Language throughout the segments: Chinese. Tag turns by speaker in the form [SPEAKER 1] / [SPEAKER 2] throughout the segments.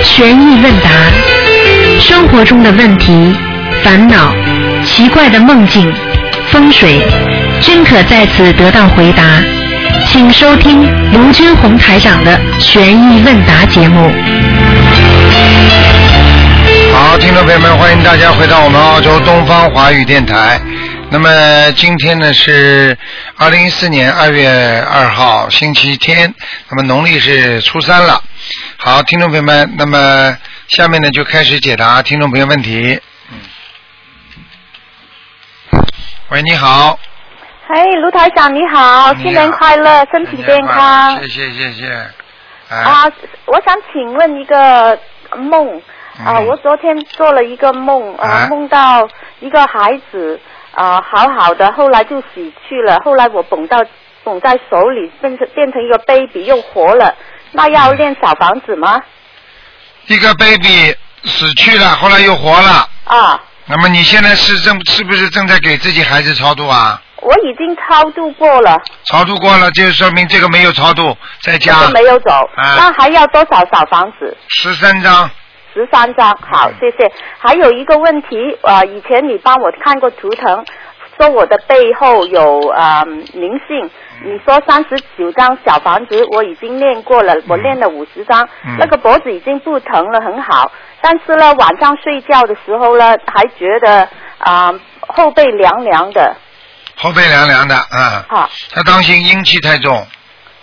[SPEAKER 1] 问答，生活中的问题、烦恼、奇怪的梦境、风水，均可在此得到回答。请收听卢军红台长的《悬疑问答》节目。
[SPEAKER 2] 好，听众朋友们，欢迎大家回到我们澳洲东方华语电台。那么今天呢是二零一四年二月二号星期天，那么农历是初三了。好，听众朋友们，那么下面呢就开始解答听众朋友问题。嗯喂，你好，
[SPEAKER 3] 哎，卢台长你好，
[SPEAKER 2] 你好
[SPEAKER 3] 新年快乐，身体健康
[SPEAKER 2] 谢谢谢谢。哎
[SPEAKER 3] 啊！我想请问一个梦啊，
[SPEAKER 2] 嗯
[SPEAKER 3] 我昨天做了一个梦
[SPEAKER 2] 啊
[SPEAKER 3] 啊，梦到一个孩子啊，好好的，后来就死去了，后来我捧到捧在手里，变成变成一个 baby 又活了，那要练小房子吗？
[SPEAKER 2] 一个 baby 死去了，后来又活了。
[SPEAKER 3] 啊，
[SPEAKER 2] 那么你现在是正是不是正在给自己孩子超度啊？
[SPEAKER 3] 我已经超度过了，
[SPEAKER 2] 超度过了，就说明这个没有超度，再
[SPEAKER 3] 就
[SPEAKER 2] 加
[SPEAKER 3] 是没有走，
[SPEAKER 2] 啊
[SPEAKER 3] 那还要多少小房子？
[SPEAKER 2] 十三张。
[SPEAKER 3] 十三张，
[SPEAKER 2] 嗯
[SPEAKER 3] 好，谢谢。还有一个问题，呃，以前你帮我看过图腾，说我的背后有呃灵性，
[SPEAKER 2] 嗯
[SPEAKER 3] 你说三十九张小房子我已经练过了，我练了五十张，
[SPEAKER 2] 嗯
[SPEAKER 3] 那个脖子已经不疼了，很好。但是呢，晚上睡觉的时候呢，还觉得啊、呃后背凉凉的，
[SPEAKER 2] 后背凉凉的，嗯，
[SPEAKER 3] 哈、
[SPEAKER 2] 他当心阴气太重，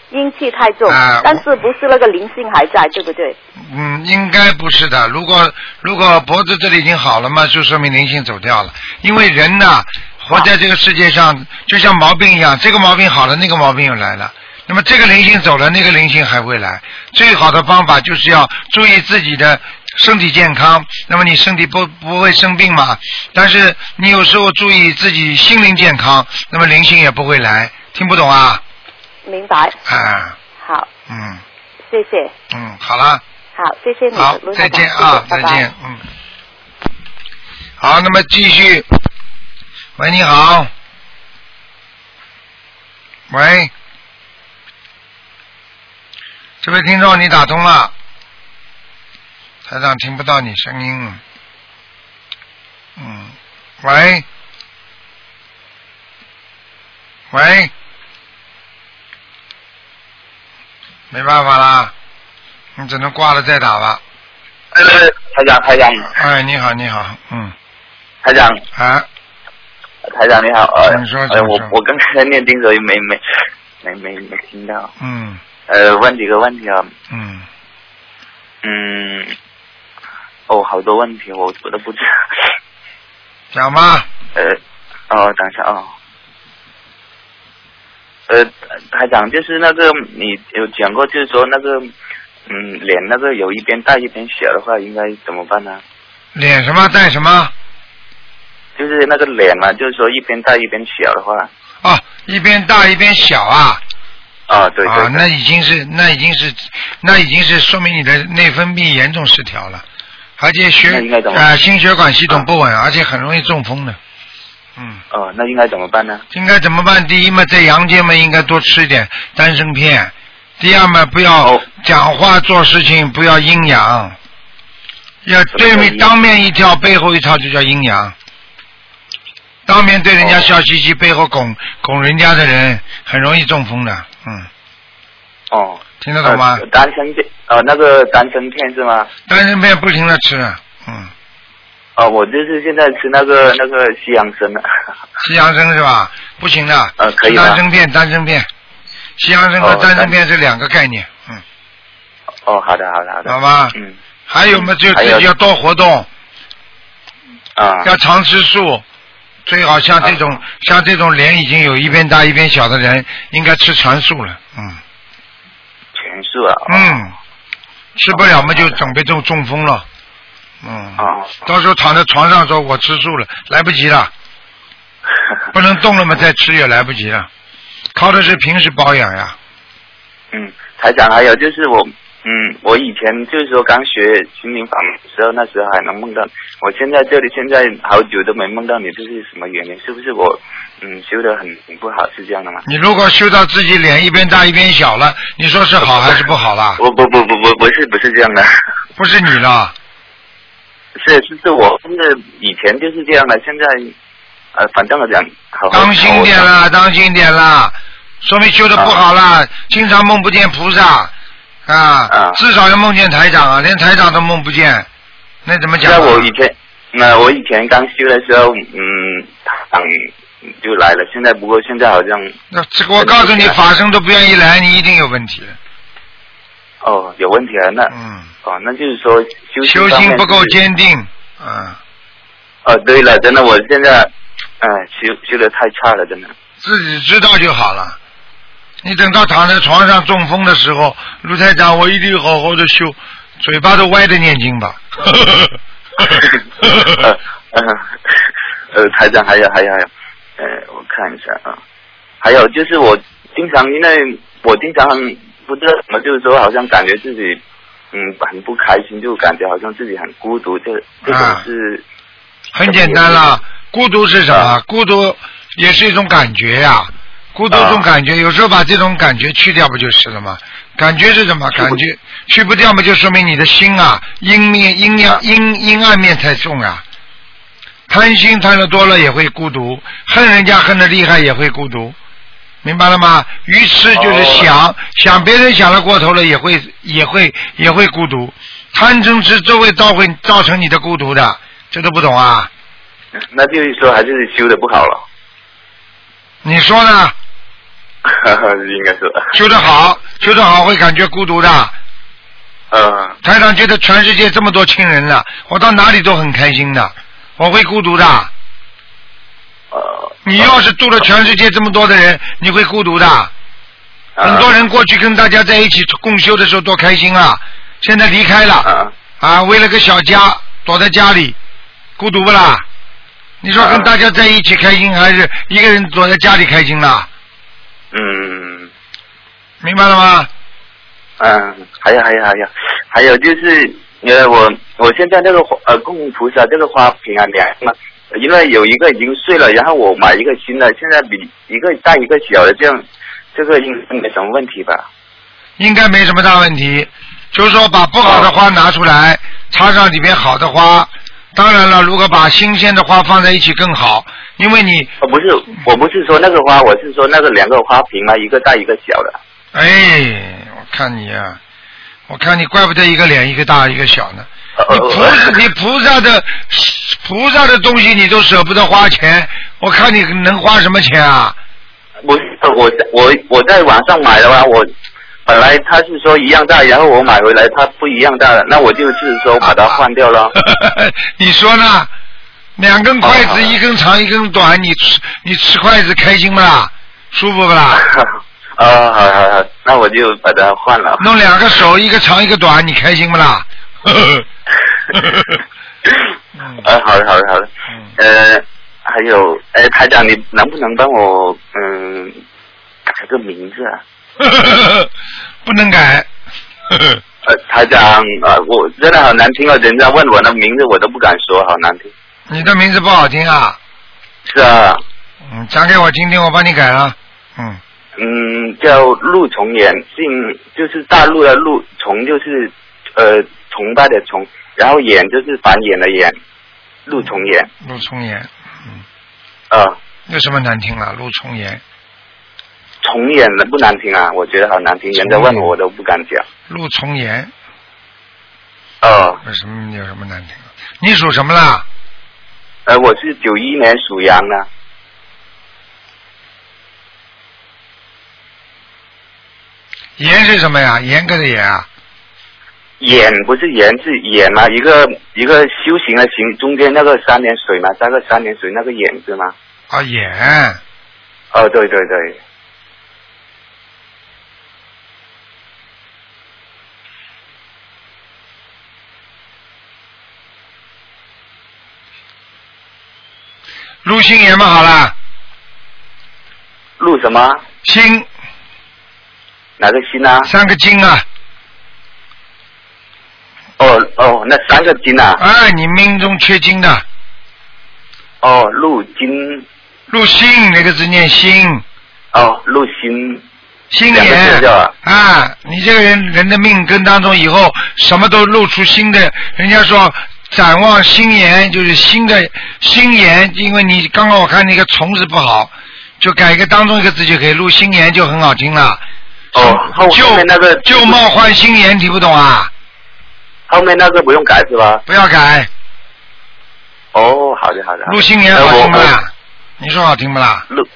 [SPEAKER 3] 阴气太重，
[SPEAKER 2] 啊
[SPEAKER 3] 但是不是那个灵性还在，对不对？
[SPEAKER 2] 嗯，应该不是的。如果如果脖子这里已经好了嘛，就说明灵性走掉了。因为人呐、活在这个世界上，就像毛病一样，这个毛病好了，那个毛病又来了。那么这个灵性走了，那个灵性还会来。最好的方法就是要注意自己的身体健康。那么你身体不不会生病嘛？但是你有时候注意自己心灵健康，那么灵性也不会来。听不懂啊？
[SPEAKER 3] 明白，
[SPEAKER 2] 啊，
[SPEAKER 3] 好，
[SPEAKER 2] 嗯
[SPEAKER 3] 谢谢，
[SPEAKER 2] 嗯，好了。
[SPEAKER 3] 好，谢谢你，
[SPEAKER 2] 好
[SPEAKER 3] 卢，
[SPEAKER 2] 再
[SPEAKER 3] 台长
[SPEAKER 2] 见啊，
[SPEAKER 3] 谢谢
[SPEAKER 2] 再
[SPEAKER 3] 拜拜
[SPEAKER 2] 见，嗯。好，那么继续。喂，你好。喂，这位听众，你打通了。台长听不到你声音了。嗯，喂，喂，没办法啦，你只能挂了再打吧。
[SPEAKER 4] 哎台长，台长，
[SPEAKER 2] 哎，你好，你好，嗯，
[SPEAKER 4] 台长，
[SPEAKER 2] 啊，
[SPEAKER 4] 台长你好，呃，
[SPEAKER 2] 你说
[SPEAKER 4] 呃
[SPEAKER 2] 请说
[SPEAKER 4] 我我刚才念经所以没没没没没听到，
[SPEAKER 2] 嗯
[SPEAKER 4] 呃，问几个问题啊，
[SPEAKER 2] 嗯，
[SPEAKER 4] 嗯，哦，好多问题我我都不知道，
[SPEAKER 2] 讲吧，
[SPEAKER 4] 呃，哦，等一下哦，呃，台长就是那个你有讲过，就是说那个嗯脸那个有一边大一边小的话，应该怎么办呢？
[SPEAKER 2] 脸什么带什么？
[SPEAKER 4] 就是那个脸嘛，就是说一边大一边小的话，
[SPEAKER 2] 哦，一边大一边小啊，
[SPEAKER 4] 啊，对对
[SPEAKER 2] 啊，
[SPEAKER 4] 对，
[SPEAKER 2] 那已经是那已经是那已经是说明你的内分泌严重失调了，而且血
[SPEAKER 4] 那应该怎么
[SPEAKER 2] 啊、心血管系统
[SPEAKER 4] 啊
[SPEAKER 2] 不稳，而且很容易中风的。嗯，
[SPEAKER 4] 哦，那应该怎么办呢？
[SPEAKER 2] 应该怎么办？第一嘛，在阳间嘛，应该多吃一点丹参片。第二嘛，不要
[SPEAKER 4] 哦
[SPEAKER 2] 讲话做事情不要阴阳，要对
[SPEAKER 4] 什么叫阴
[SPEAKER 2] 面
[SPEAKER 4] 阳
[SPEAKER 2] 当面一跳，背后一跳就叫阴阳。当面对人家
[SPEAKER 4] 哦
[SPEAKER 2] 笑嘻嘻，背后拱拱人家的人，很容易中风的。嗯，
[SPEAKER 4] 哦，
[SPEAKER 2] 听得懂吗？
[SPEAKER 4] 呃丹参片，呃，那个丹参片是吗？
[SPEAKER 2] 丹参片不停的吃，嗯，
[SPEAKER 4] 哦，我就是现在吃那个那个西洋参了。啊
[SPEAKER 2] 西洋参是吧？不行的，
[SPEAKER 4] 呃可以吧
[SPEAKER 2] 丹参片，丹参片，西洋参和
[SPEAKER 4] 哦
[SPEAKER 2] 丹参
[SPEAKER 4] 丹
[SPEAKER 2] 片是两个概念。嗯，
[SPEAKER 4] 哦，好的，好的，好的。
[SPEAKER 2] 好吧。
[SPEAKER 4] 嗯，
[SPEAKER 2] 还有嘛，就
[SPEAKER 4] 还
[SPEAKER 2] 自
[SPEAKER 4] 有
[SPEAKER 2] 己要多活动，
[SPEAKER 4] 啊，
[SPEAKER 2] 要常吃素，最好像这种、
[SPEAKER 4] 啊
[SPEAKER 2] 像这种脸已经有一边大一边小的人，应该吃全素了。嗯
[SPEAKER 4] 全素啊。
[SPEAKER 2] 嗯，吃不了嘛
[SPEAKER 4] 好
[SPEAKER 2] 就
[SPEAKER 4] 的
[SPEAKER 2] 准备中中风了。嗯，
[SPEAKER 4] 哦。
[SPEAKER 2] 到时候躺在床上说我吃素了，来不及了，不能动了嘛，再吃也来不及了。靠的是平时保养呀。
[SPEAKER 4] 嗯，台长，还有就是我，嗯，我以前就是说刚学心灵法门的时候，那时候还能梦到，我现在这里现在好久都没梦到你，这是什么原因？是不是我，嗯，修的很很不好，是这样的吗？
[SPEAKER 2] 你如果修到自己脸一边大一边小了，你说是好还是不好啦？
[SPEAKER 4] 不不不不不不是不是这样的，
[SPEAKER 2] 不是你了，
[SPEAKER 4] 是是是我真的以前就是这样的，现在呃，反正我讲好好
[SPEAKER 2] 当心点啦，当心点啦，说明修的不好啦，经常梦不见菩萨啊，
[SPEAKER 4] 啊
[SPEAKER 2] 至少要梦见台长啊，连台长都梦不见，那怎么讲、啊？
[SPEAKER 4] 那我以前，那我以前刚修的时候，嗯，堂就来了。现在不过现在好像，
[SPEAKER 2] 那这个我告诉你，法生都不愿意来，你一定有问题。
[SPEAKER 4] 哦，有问题了。那
[SPEAKER 2] 嗯，
[SPEAKER 4] 哦，那就是说修行
[SPEAKER 2] 修
[SPEAKER 4] 方面
[SPEAKER 2] 心不够
[SPEAKER 4] 是
[SPEAKER 2] 坚定，嗯，
[SPEAKER 4] 哦，对了，真的，我现在，哎、修修的太差了，真的。
[SPEAKER 2] 自己知道就好了。你等到躺在床上中风的时候，卢台长，我一定好好的修，嘴巴都歪着念经 吧。
[SPEAKER 4] 呃呃呃，台长，还有还有还有，呃，我看一下啊，还有就是我经常因为我经常不知道怎么，就是说好像感觉自己嗯很不开心，就感觉好像自己很孤独，这这种
[SPEAKER 2] 啊
[SPEAKER 4] 是、
[SPEAKER 2] 很简单啦，孤独是什么？孤独也是一种感觉呀、孤独这种感觉，有时候把这种感觉去掉不就是了吗？感觉是什么？感觉去不掉嘛，就说明你的心啊，阴面、阴阳、阴阴暗面太重啊。贪心贪的多了也会孤独，恨人家恨的厉害也会孤独，明白了吗？愚痴就是想、想别人想的过头了也会也会也会孤独，贪嗔痴都会造会造成你的孤独的，这都不懂啊？
[SPEAKER 4] 嗯那就是说还是修的不好了，
[SPEAKER 2] 你说呢？
[SPEAKER 4] 应该是
[SPEAKER 2] 修得好，修得好会感觉孤独的。
[SPEAKER 4] 呃
[SPEAKER 2] 台长觉得全世界这么多亲人了，我到哪里都很开心的，我会孤独的。
[SPEAKER 4] 呃，
[SPEAKER 2] 你要是度了全世界这么多的人，你会孤独的。
[SPEAKER 4] 呃
[SPEAKER 2] 很多人过去跟大家在一起共修的时候多开心啊，现在离开了
[SPEAKER 4] 啊
[SPEAKER 2] 啊，为了个小家躲在家里，孤独不啦？你说跟大家在一起开心，还是一个人躲在家里开心啦？
[SPEAKER 4] 嗯。
[SPEAKER 2] 明白了吗？
[SPEAKER 4] 嗯，还有还有还有，还有就是呃，我我现在那个花呃供菩萨这个花瓶啊，两个，因为有一个已经碎了，然后我买一个新的，现在比一个大一个小的，这样这个应该没什么问题吧？
[SPEAKER 2] 应该没什么大问题。就是说，把不好的花拿出来，插上里边好的花。当然了，如果把新鲜的花放在一起更好，因为你，
[SPEAKER 4] 哦，不是，我不是说那个花，我是说那个两个花瓶啊嘛，一个大一个小的。
[SPEAKER 2] 哎，我看你啊，我看你，怪不得一个脸一个大一个小呢。
[SPEAKER 4] 呃
[SPEAKER 2] 你
[SPEAKER 4] 呃
[SPEAKER 2] 菩萨，你菩萨的菩萨的东西你都舍不得花钱，我看你能花什么钱啊？
[SPEAKER 4] 不是，我在我我在网上买的话，我本来他是说一样大，然后我买回来它不一样大了，那我就是说把它换掉了。
[SPEAKER 2] 你说呢？两根筷
[SPEAKER 4] 哦
[SPEAKER 2] 子，一根长一根短，你吃你吃筷子开心不啦？舒服不啦？
[SPEAKER 4] 啊，好好好，那我就把它换了。
[SPEAKER 2] 弄两个手，一个长一个短，你开心不啦？ 嗯
[SPEAKER 4] 呃，好的好的好的，
[SPEAKER 2] 嗯，
[SPEAKER 4] 呃，还有，哎，台长，你能不能帮我嗯改个名字啊？
[SPEAKER 2] 不能改。
[SPEAKER 4] 呃，台长，呃，我真的好难听哦，人家问我的名字我都不敢说，好难听。
[SPEAKER 2] 你的名字不好听啊，
[SPEAKER 4] 是啊，
[SPEAKER 2] 嗯，讲给我听听，我帮你改了。嗯，
[SPEAKER 4] 嗯，叫陆崇言，姓就是大陆的陆，崇就是呃崇拜的崇，然后言就是繁衍的衍，陆崇言
[SPEAKER 2] 陆聪言，嗯
[SPEAKER 4] 啊。
[SPEAKER 2] 有什么难听了？陆聪言，
[SPEAKER 4] 重演能不难听啊？我觉得好难听，人家问我我都不敢讲。
[SPEAKER 2] 陆聪言，
[SPEAKER 4] 哦，
[SPEAKER 2] 有什么有什么难听了？你属什么啦？
[SPEAKER 4] 呃，我是九一年属羊的，
[SPEAKER 2] 言是什么呀？严格的严啊？
[SPEAKER 4] 眼不是言是眼吗？一个一个修行的行，中间那个三点水吗？加个三点水那个眼是吗？
[SPEAKER 2] 啊，眼，
[SPEAKER 4] 哦，对对对，
[SPEAKER 2] 陆心言嘛，好了，
[SPEAKER 4] 陆什么？
[SPEAKER 2] 心
[SPEAKER 4] 哪个心啊？
[SPEAKER 2] 三个金啊。
[SPEAKER 4] 哦哦，那三个金啊？
[SPEAKER 2] 哎，你命中缺金的。
[SPEAKER 4] 哦，陆金，
[SPEAKER 2] 陆心那个字念心，
[SPEAKER 4] 哦，陆心，
[SPEAKER 2] 心
[SPEAKER 4] 两个字
[SPEAKER 2] 眼
[SPEAKER 4] 叫啊
[SPEAKER 2] 啊！你这个人人的命根当中以后什么都露出新的，人家说展望新颜，就是新的新颜，因为你刚刚我看那个虫子不好，就改一个当中一个字就可以录新颜就很好听了。
[SPEAKER 4] 哦，后
[SPEAKER 2] 旧
[SPEAKER 4] 后面那个
[SPEAKER 2] 旧貌换新颜，听不懂啊？
[SPEAKER 4] 后面那个不用改是吧？
[SPEAKER 2] 不要改，
[SPEAKER 4] 啊哦，好的好的。好的
[SPEAKER 2] 录新颜
[SPEAKER 4] 呃
[SPEAKER 2] 好
[SPEAKER 4] 我
[SPEAKER 2] 听不
[SPEAKER 4] 我
[SPEAKER 2] 啦？你说好听不啦？
[SPEAKER 4] 录，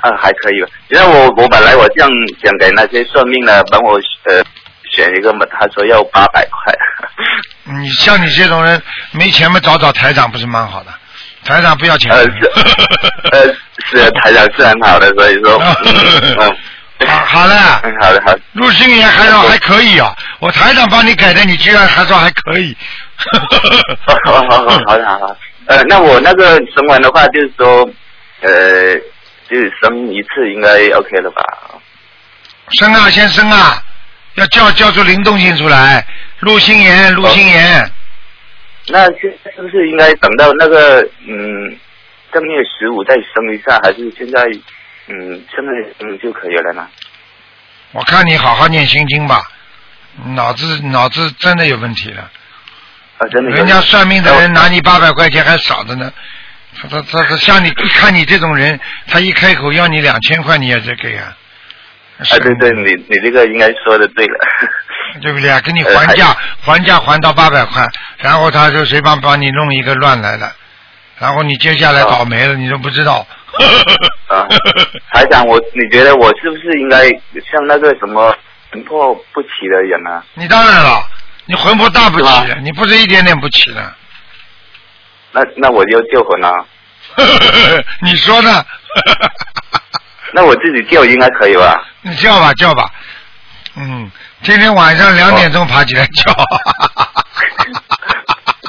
[SPEAKER 4] 啊，还可以吧。因为我我本来我这样想给那些算命的帮我呃选一个嘛，他说要八百块。
[SPEAKER 2] 你嗯像你这种人没钱嘛，找找台长不是蛮好的？台长不要钱。
[SPEAKER 4] 呃是呃是台长是很好的，所以说嗯嗯
[SPEAKER 2] 好好了，
[SPEAKER 4] 嗯好的好的
[SPEAKER 2] 陆星爷还说还可以啊，我台长帮你改的，你居然还说还可 以。
[SPEAKER 4] 好好好好好好好。呃，那我那个生完的话，就是说呃就是生一次应该 OK 了吧？
[SPEAKER 2] 生啊，先生啊，要叫叫出灵动性出来。陆星爷，陆星爷，
[SPEAKER 4] 那现在是不是应该等到那个嗯正月十五再生一下，还是现在嗯现在嗯就可以了呢？
[SPEAKER 2] 我看你好好念心经吧，脑子脑子真的有问题了。
[SPEAKER 4] 啊，真的有。
[SPEAKER 2] 人家算命的人
[SPEAKER 4] 那我
[SPEAKER 2] 拿你八百块钱还少着呢，他他他他像你一看你这种人，他一开口要你两千块，你也得给啊。
[SPEAKER 4] 啊，对对，你你这个应该说的对了。
[SPEAKER 2] 对不对啊？给你
[SPEAKER 4] 呃
[SPEAKER 2] 还价，还价还到八百块，然后他就随便帮你弄一个乱来了，然后你接下来
[SPEAKER 4] 啊
[SPEAKER 2] 倒霉了，你都不知道。
[SPEAKER 4] 啊，台长，我你觉得我是不是应该像那个什么魂魄不齐的人啊？
[SPEAKER 2] 你当然了，你魂魄大不起
[SPEAKER 4] 是，
[SPEAKER 2] 你不是一点点不起的。
[SPEAKER 4] 那那我就救魂啊，
[SPEAKER 2] 你说呢？
[SPEAKER 4] 那我自己救应该可以吧？
[SPEAKER 2] 你叫吧叫吧，嗯，今天晚上两点钟爬起来叫。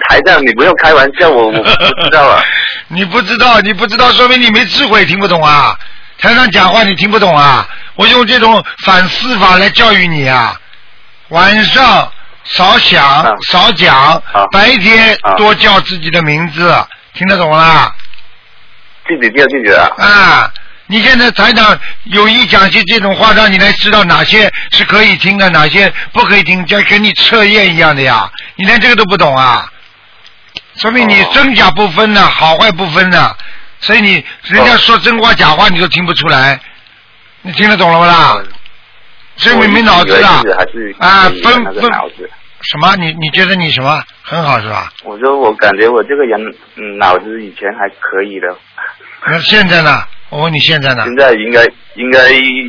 [SPEAKER 4] 台长，你不用开玩笑，我我不知道啊。
[SPEAKER 2] 你不知道，你不知道，说明你没智慧，听不懂啊！台上讲话你听不懂啊！我用这种反思法来教育你啊！晚上少想、
[SPEAKER 4] 啊
[SPEAKER 2] 少讲，
[SPEAKER 4] 啊
[SPEAKER 2] 白天
[SPEAKER 4] 啊
[SPEAKER 2] 多叫自己的名字，听得懂啦？
[SPEAKER 4] 自己救自己的啊。
[SPEAKER 2] 啊！你现在台长有意讲些这种话，让你来知道哪些是可以听的，哪些不可以听，就跟你测验一样的呀！你连这个都不懂啊，说明你
[SPEAKER 4] 哦
[SPEAKER 2] 真假不分呐、好坏不分呐、所以你人家说真话假话你都听不出来，你听得懂了不啦？所以你没脑子啊
[SPEAKER 4] 哦我以为自己还是
[SPEAKER 2] 啊
[SPEAKER 4] 可以的
[SPEAKER 2] 分
[SPEAKER 4] 那个
[SPEAKER 2] 分
[SPEAKER 4] 脑子。
[SPEAKER 2] 什么？你你觉得你什么很好是吧？
[SPEAKER 4] 我说我感觉我这个人，嗯，脑子以前还可以的，
[SPEAKER 2] 那现在呢？我问你现在呢？
[SPEAKER 4] 现在应该应该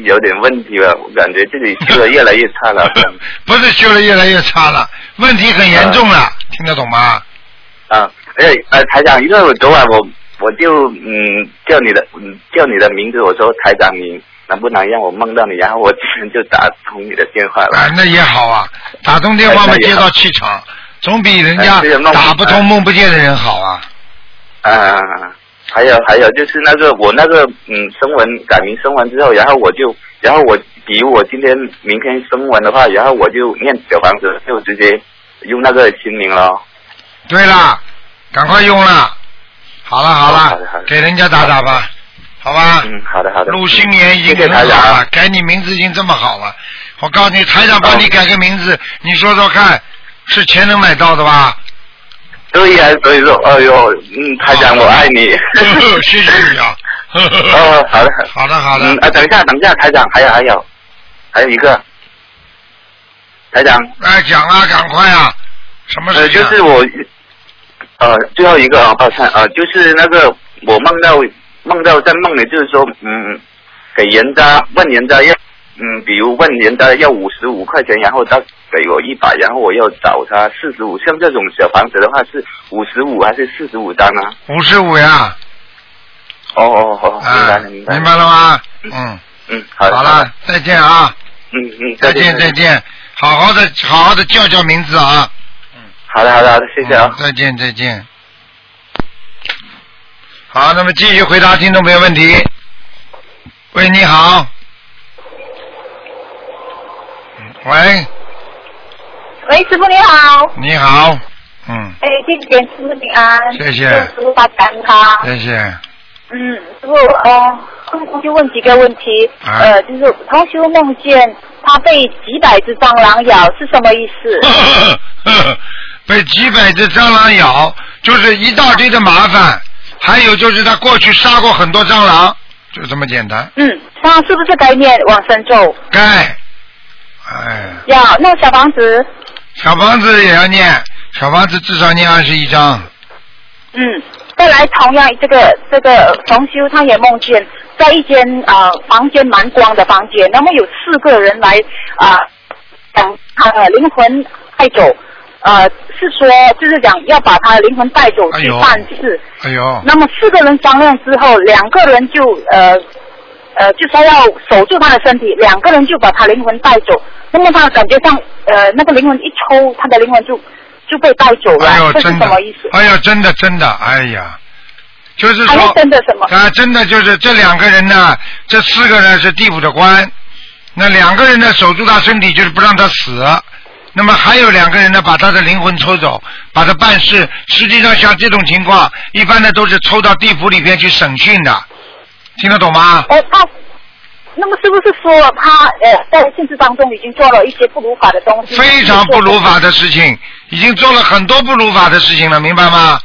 [SPEAKER 4] 有点问题了。我感觉自己修的越来越 差了。嗯这样
[SPEAKER 2] 不是修的越来越差了，问题很严重了，听得懂吗？
[SPEAKER 4] 啊，而且呃，台长，因为我昨晚我我就嗯叫你的嗯叫你的名字，我说台长你能不能让我梦到你？然后我竟然就打通你的电话了。
[SPEAKER 2] 啊，那也好啊，打通电话嘛
[SPEAKER 4] 哎，那也
[SPEAKER 2] 接
[SPEAKER 4] 好
[SPEAKER 2] 到气场，总比人家
[SPEAKER 4] 哎这个弄
[SPEAKER 2] 打不通梦不见的人好啊。
[SPEAKER 4] 啊，还有还有就是那个我那个嗯声纹改名声纹之后，然后我就然后我比如我今天明天声纹的话，然后我就念小房子，就直接用那个心灵了。
[SPEAKER 2] 对啦，赶快用啦。好了好
[SPEAKER 4] 好
[SPEAKER 2] 了
[SPEAKER 4] 的好的，
[SPEAKER 2] 给人家打打吧，好吧？
[SPEAKER 4] 嗯，好的好的。
[SPEAKER 2] 陆星啊年已
[SPEAKER 4] 谢谢
[SPEAKER 2] 经
[SPEAKER 4] 台
[SPEAKER 2] 很
[SPEAKER 4] 长
[SPEAKER 2] 好
[SPEAKER 4] 啊
[SPEAKER 2] 了，，改你名字已经这么好了。我告诉你，台长帮你改个名字，你说说看，是钱能买到的 吧？
[SPEAKER 4] 对呀、所以说，哎呦，嗯，台长我爱你。
[SPEAKER 2] 谢谢你啊。
[SPEAKER 4] 哦，好的。
[SPEAKER 2] 好的好的
[SPEAKER 4] 嗯，啊，等一下等一下，台长还有还有还有一个，台长。
[SPEAKER 2] 哎，讲啊，赶快啊，什么
[SPEAKER 4] 呃，
[SPEAKER 2] 事
[SPEAKER 4] 就
[SPEAKER 2] 情啊？
[SPEAKER 4] 是我，呃，最后一个啊，抱歉啊，就是那个我梦到梦到在梦里，就是说，嗯，给人家问人家要，嗯，比如问人家要五十五块钱，然后他给我一百，然后我要找他四十五，像这种小房子的话是五十五还是四十五张啊？
[SPEAKER 2] 五十五呀，
[SPEAKER 4] 哦哦哦，
[SPEAKER 2] 啊，
[SPEAKER 4] 明白了
[SPEAKER 2] 明
[SPEAKER 4] 白了，
[SPEAKER 2] 白了吗？嗯，
[SPEAKER 4] 嗯，好
[SPEAKER 2] 好
[SPEAKER 4] 的好
[SPEAKER 2] 了
[SPEAKER 4] 的，
[SPEAKER 2] 再见啊，
[SPEAKER 4] 嗯嗯，
[SPEAKER 2] 再见再，见，好好的好好的叫叫名字啊。
[SPEAKER 4] 好的好的好的，谢谢啊
[SPEAKER 2] 嗯，再见，再见。好，那么继续回答听众朋友问题。喂，你好。嗯喂，
[SPEAKER 3] 喂，师傅你好。
[SPEAKER 2] 你好。嗯，
[SPEAKER 3] 哎，弟弟师傅你安。
[SPEAKER 2] 谢哎谢
[SPEAKER 3] 祝师傅发展好。
[SPEAKER 2] 谢谢。
[SPEAKER 3] 嗯，师傅呃，我就问几个问题。
[SPEAKER 2] 啊
[SPEAKER 3] 呃，就是同修梦
[SPEAKER 2] 哦
[SPEAKER 3] 见他被几百只蟑螂咬，是什么意思？
[SPEAKER 2] 被几百只蟑螂咬，就是一大堆的麻烦。还有就是他过去杀过很多蟑螂，就这么简单。
[SPEAKER 3] 嗯，那是不是该念往生咒？
[SPEAKER 2] 该，哎，
[SPEAKER 3] 要那小房子，
[SPEAKER 2] 小房子也要念，小房子至少念二十一章。
[SPEAKER 3] 嗯，再来同样这个这个同修，他也梦见在一间啊、呃房间蛮光的房间，那么有四个人来啊，想、他的灵魂带走，呃，是说就是讲要把他的灵魂带走
[SPEAKER 2] 哎
[SPEAKER 3] 去
[SPEAKER 2] 呦
[SPEAKER 3] 办事。
[SPEAKER 2] 哎呦，
[SPEAKER 3] 那么四个人商量之后，两个人就呃呃就说要守住他的身体，两个人就把他灵魂带走。那么他感觉上呃那个灵魂一抽，他的灵魂就就被带走了，
[SPEAKER 2] 哎呦，
[SPEAKER 3] 这是
[SPEAKER 2] 真
[SPEAKER 3] 什
[SPEAKER 2] 的
[SPEAKER 3] 么意思，？
[SPEAKER 2] 哎呦，真的真的，哎呀，就是
[SPEAKER 3] 还
[SPEAKER 2] 说
[SPEAKER 3] 是，真的什么？
[SPEAKER 2] 啊，真的就是这两个人呢，这四个呢是地府的官，那两个人呢守住他身体，就是不让他死。那么还有两个人呢，把他的灵魂抽走，把他办事。实际上像这种情况，一般呢都是抽到地府里边去审讯的，听得懂吗？
[SPEAKER 3] 哦，他那么是不是说他呃在现实当中已经做了一些不如法的东西？
[SPEAKER 2] 非常不如法的事情，已经做了很多不如法的事情了，明白吗？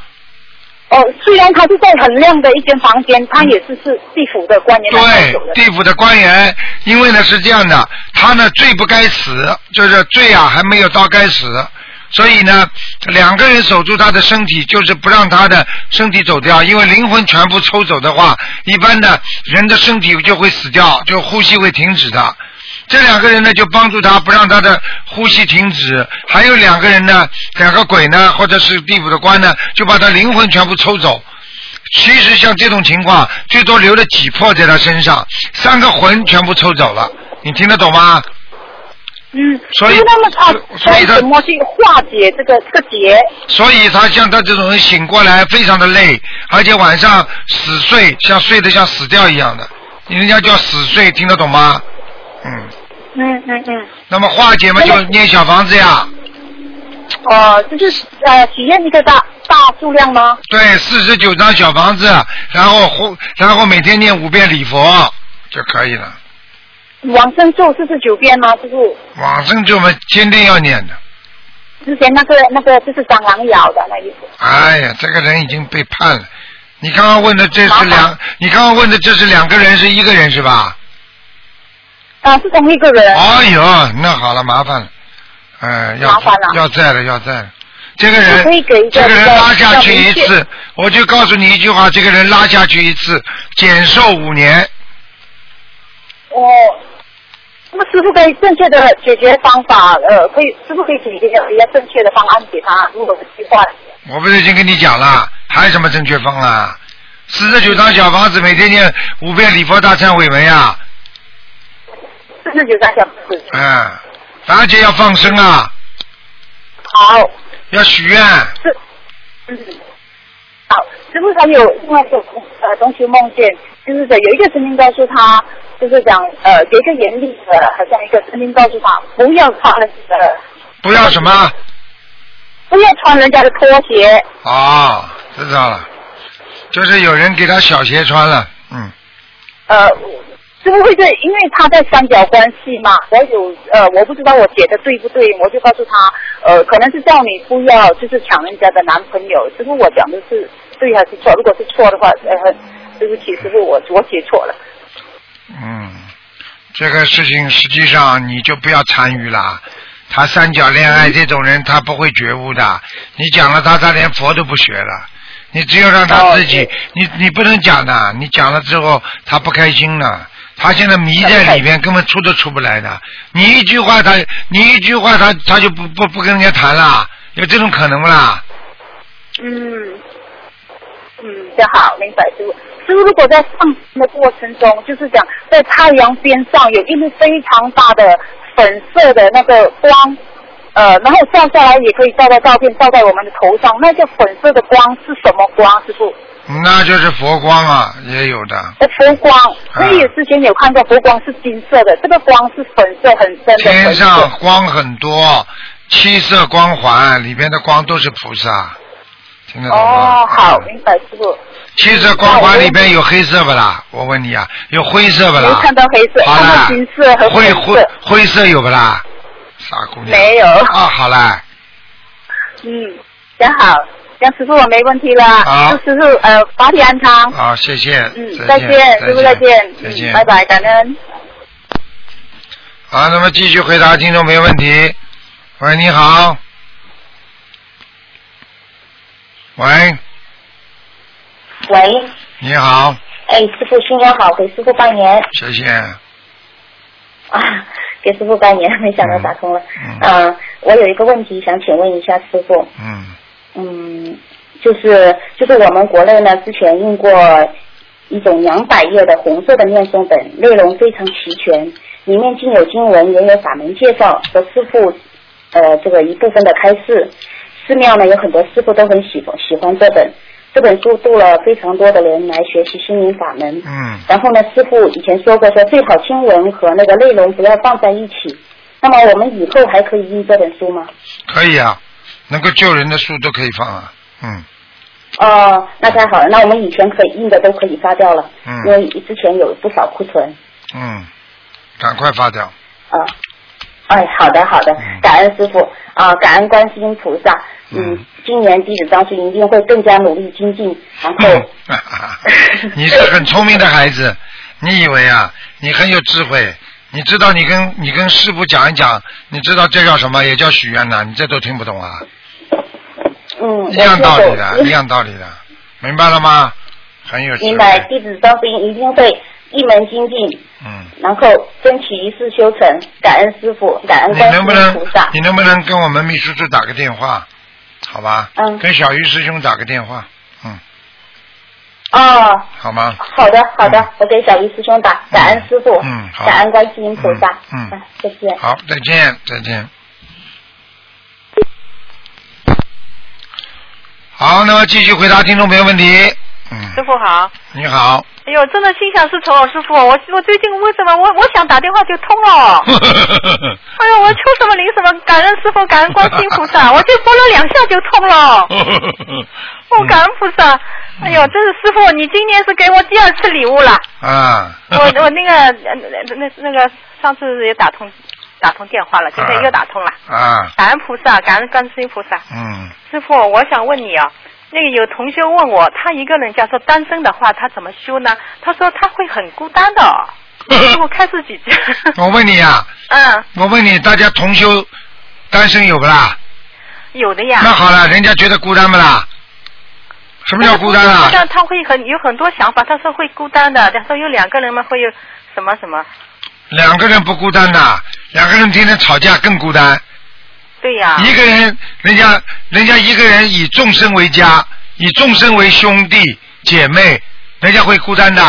[SPEAKER 3] 哦，虽然他是在很亮的一间房间，他也是是地府的官员来带走
[SPEAKER 2] 对，
[SPEAKER 3] 的。
[SPEAKER 2] 地府的官员，因为呢是这样的，他呢罪不该死，就是罪啊还没有到该死，所以呢两个人守住他的身体，就是不让他的身体走掉，因为灵魂全部抽走的话，一般的人的身体就会死掉，就呼吸会停止的。这两个人呢，就帮助他不让他的呼吸停止。还有两个人呢，两个鬼呢，或者是地府的官呢，就把他灵魂全部抽走。其实像这种情况，最多留了几魄在他身上，三个魂全部抽走了。你听得懂吗？
[SPEAKER 3] 嗯，
[SPEAKER 2] 所以
[SPEAKER 3] 那么他
[SPEAKER 2] 所以他
[SPEAKER 3] 该怎么去化解这个这个结？
[SPEAKER 2] 所以他像他这种人醒过来非常的累，而且晚上死睡，像睡得像死掉一样的，人家叫死睡，听得懂吗？嗯，
[SPEAKER 3] 嗯嗯嗯，
[SPEAKER 2] 那么化解嘛，就念小房子呀，
[SPEAKER 3] 哦、就是呃，体验一个大大数量吗？
[SPEAKER 2] 对，四十九张小房子，然后呼，然后每天念五遍礼佛就可以了。
[SPEAKER 3] 往生咒四十九遍吗？就是
[SPEAKER 2] 往生咒嘛，坚定要念的。
[SPEAKER 3] 之前那个那个就是蟑螂咬的那一次。
[SPEAKER 2] 哎呀，这个人已经被判了。你刚刚问的这是
[SPEAKER 3] 麻
[SPEAKER 2] 两，你刚刚问的这是两个人是一个人是吧？
[SPEAKER 3] 啊、是同一个人。
[SPEAKER 2] 哎呦，那好了，麻烦了，哎，要
[SPEAKER 3] 麻烦了
[SPEAKER 2] 要在了，要在了。这个
[SPEAKER 3] 我可以
[SPEAKER 2] 人
[SPEAKER 3] 给一，
[SPEAKER 2] 这
[SPEAKER 3] 个
[SPEAKER 2] 个人
[SPEAKER 3] 比较
[SPEAKER 2] 拉下去一
[SPEAKER 3] 比较明
[SPEAKER 2] 次，我就告诉你一句话：这个人拉下去一次，减寿五年。
[SPEAKER 3] 哦，那么师傅可以正确的解决方法，呃，可以师傅可以给一个比较正确的方案给他，如果计划。
[SPEAKER 2] 我不是已经跟你讲了，还有什么正确方案？四十九张小房子，每天念五遍礼佛大忏悔文呀，
[SPEAKER 3] 四十九张小时。
[SPEAKER 2] 嗯，而且要放生啊，
[SPEAKER 3] 好，
[SPEAKER 2] 要许愿。
[SPEAKER 3] 是，嗯，好，师傅还有另外一个同呃同学梦见，就是有一个声音告诉他，就是讲呃有一个严厉的，好像一个声音告诉他不要穿呃
[SPEAKER 2] 不要什么？
[SPEAKER 3] 不要穿人家的拖鞋，
[SPEAKER 2] 哦，知道了，就是有人给他小鞋穿了，嗯，
[SPEAKER 3] 呃，是不是会对？因为他在三角关系嘛，我有呃，我不知道我写的对不对，我就告诉他，呃，可能是叫你不要就是抢人家的男朋友，师傅我讲的是对还是错？如果是错的话，呃，对不起，师傅我我写错了。
[SPEAKER 2] 嗯，这个事情实际上你就不要参与啦。他三角恋爱这种人，他不会觉悟的。你讲了他，他连佛都不学了。你只有让他
[SPEAKER 3] 哦
[SPEAKER 2] 自己，
[SPEAKER 3] 对
[SPEAKER 2] 你你不能讲的，你讲了之后他不开心了，他现在迷在里面，根本出都出不来的。你一句话他，你一句话他他就不不不跟人家谈了，有这种可能不啦？
[SPEAKER 3] 嗯，嗯，这好，明白师傅。师傅，如果在上升的过程中，就是讲在太阳边上有一粒非常大的粉色的那个光，呃，然后照下来也可以照到照片，照在我们的头上。那个粉色的光是什么光？师傅，
[SPEAKER 2] 那就是佛光啊，也有的。
[SPEAKER 3] 呃，佛光。所以之前有看过佛光是金色的，这个光是粉色很深的
[SPEAKER 2] 天
[SPEAKER 3] 粉色。
[SPEAKER 2] 上光很多，七色光环里边的光都是菩萨，听得懂吗？
[SPEAKER 3] 哦，好，
[SPEAKER 2] 嗯
[SPEAKER 3] 明白师傅。
[SPEAKER 2] 七色光环里边有黑色不啦？我问你啊，有灰色不
[SPEAKER 3] 没
[SPEAKER 2] 啦？
[SPEAKER 3] 看到黑色，
[SPEAKER 2] 好
[SPEAKER 3] 看
[SPEAKER 2] 啦
[SPEAKER 3] 到金色和粉
[SPEAKER 2] 灰
[SPEAKER 3] 色
[SPEAKER 2] 灰。灰色有不啦？傻姑娘。
[SPEAKER 3] 没有
[SPEAKER 2] 啊，好啦，
[SPEAKER 5] 嗯，讲好，讲师傅我没问题了。
[SPEAKER 2] 好
[SPEAKER 5] 祝师傅呃法体安康。
[SPEAKER 2] 好，啊谢谢。
[SPEAKER 5] 嗯，再见，师傅再见，
[SPEAKER 2] 再
[SPEAKER 5] 嗯
[SPEAKER 2] 见。
[SPEAKER 5] 拜。拜，感恩。
[SPEAKER 2] 好，那么继续回答听众没问题。喂，你好。喂，
[SPEAKER 3] 喂，
[SPEAKER 2] 你好，
[SPEAKER 3] 哎，师傅新年好，给师傅拜年
[SPEAKER 2] 谢谢。
[SPEAKER 3] 啊，给师傅拜年，没想到打通了。
[SPEAKER 2] 嗯嗯
[SPEAKER 3] 啊，我有一个问题想请问一下师傅，
[SPEAKER 2] 嗯
[SPEAKER 3] 嗯，就是就是我们国内呢之前用过一种两百页的红色的念诵本，内容非常齐全，里面既有经文，也有法门介绍和师傅呃这个一部分的开示。寺庙呢有很多师傅都很喜欢喜欢这本，这本书度了非常多的人来学习心灵法门。
[SPEAKER 2] 嗯
[SPEAKER 3] 然后呢，师傅以前说过说最好经文和那个内容不要放在一起。那么我们以后还可以印这本书吗？
[SPEAKER 2] 可以啊，能够救人的书都可以放啊。嗯
[SPEAKER 3] 哦，那太好了，那我们以前可以印的都可以发掉了，
[SPEAKER 2] 嗯
[SPEAKER 3] 因为之前有不少库存。
[SPEAKER 2] 嗯，赶快发掉。
[SPEAKER 3] 啊、哎，好的好的
[SPEAKER 2] 嗯，
[SPEAKER 3] 感恩师傅啊、感恩观世音菩萨。
[SPEAKER 2] 嗯
[SPEAKER 3] 嗯，今年弟子张叔一定会更加努力精进，然后
[SPEAKER 2] 你是很聪明的孩子，你以为啊，你很有智慧，你知道你跟你跟师傅讲一讲，你知道这叫什么，也叫许愿呐、你这都听不懂啊，
[SPEAKER 3] 嗯，
[SPEAKER 2] 一样道理的，
[SPEAKER 3] 我
[SPEAKER 2] 一样道理的，明白了吗？很有智慧。
[SPEAKER 3] 明白，弟子张叔一定会一门精进，
[SPEAKER 2] 嗯，
[SPEAKER 3] 然后争取一世修成，感恩师傅，感恩
[SPEAKER 2] 你
[SPEAKER 3] 观世
[SPEAKER 2] 能不
[SPEAKER 3] 音
[SPEAKER 2] 能
[SPEAKER 3] 菩萨
[SPEAKER 2] 你。能不能跟我们秘书处打个电话？好吧，
[SPEAKER 3] 嗯
[SPEAKER 2] 跟小鱼师兄打个电话，嗯，
[SPEAKER 3] 哦，
[SPEAKER 2] 好吗？
[SPEAKER 3] 好的好的
[SPEAKER 2] 嗯，
[SPEAKER 3] 我给小鱼师兄打，感恩师傅，
[SPEAKER 2] 嗯好
[SPEAKER 3] 感恩观世音菩萨，
[SPEAKER 2] 嗯嗯
[SPEAKER 3] 啊，再见。
[SPEAKER 2] 好，再见，再见。好，那么继续回答听众朋友问题。
[SPEAKER 6] 师
[SPEAKER 2] 嗯，
[SPEAKER 6] 傅好，
[SPEAKER 2] 你好，
[SPEAKER 6] 哎呦，真的心想事成哦，师傅，我我最近为什么我我想打电话就通了？ 哎呦，我求什么灵什么，感恩师傅，感恩观世音菩萨，我就拨了两下就通了，我、
[SPEAKER 2] 嗯
[SPEAKER 6] 感恩菩萨。哎呦，真是师傅，你今年是给我第二次礼物了。
[SPEAKER 2] 啊，
[SPEAKER 6] 我我那个呃那那那个上次也打通打通电话了，今天又打通了。
[SPEAKER 2] 啊，
[SPEAKER 6] 感恩菩萨，感恩观世音菩萨。
[SPEAKER 2] 嗯，
[SPEAKER 6] 师傅，我想问你啊，那个有同学问我，他一个人假设单身的话，他怎么修呢？他说他会很孤单 的哦。师傅开始几句。
[SPEAKER 2] 我问你啊，
[SPEAKER 6] 嗯，
[SPEAKER 2] 我问你，大家同修单身有不啦？
[SPEAKER 6] 有的呀。
[SPEAKER 2] 那好了，人家觉得孤单不啦？什
[SPEAKER 6] 什
[SPEAKER 2] 么叫孤单啊？
[SPEAKER 6] 像他会很有很多想法，他说会孤单的，他说有两个人嘛会有什么什么。
[SPEAKER 2] 两个人不孤单呐，两个人天天吵架更孤单。
[SPEAKER 6] 对呀。
[SPEAKER 2] 一个人，人家人家一个人以众生为家，以众生为兄弟姐妹，人家会孤单的。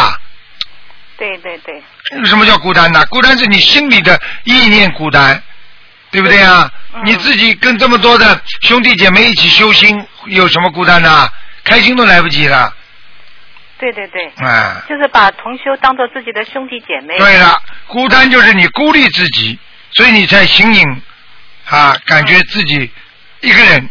[SPEAKER 6] 对对对。
[SPEAKER 2] 什么叫孤单呢？孤单是你心里的意念孤单，对不对啊？
[SPEAKER 6] 嗯
[SPEAKER 2] 你自己跟这么多的兄弟姐妹一起修心，有什么孤单呢？开心都来不及了，
[SPEAKER 6] 对对对，
[SPEAKER 2] 哎、
[SPEAKER 6] 就是把同修当做自己的兄弟姐妹。
[SPEAKER 2] 对了，孤单就是你孤立自己，所以你才形影啊，感觉自己一个人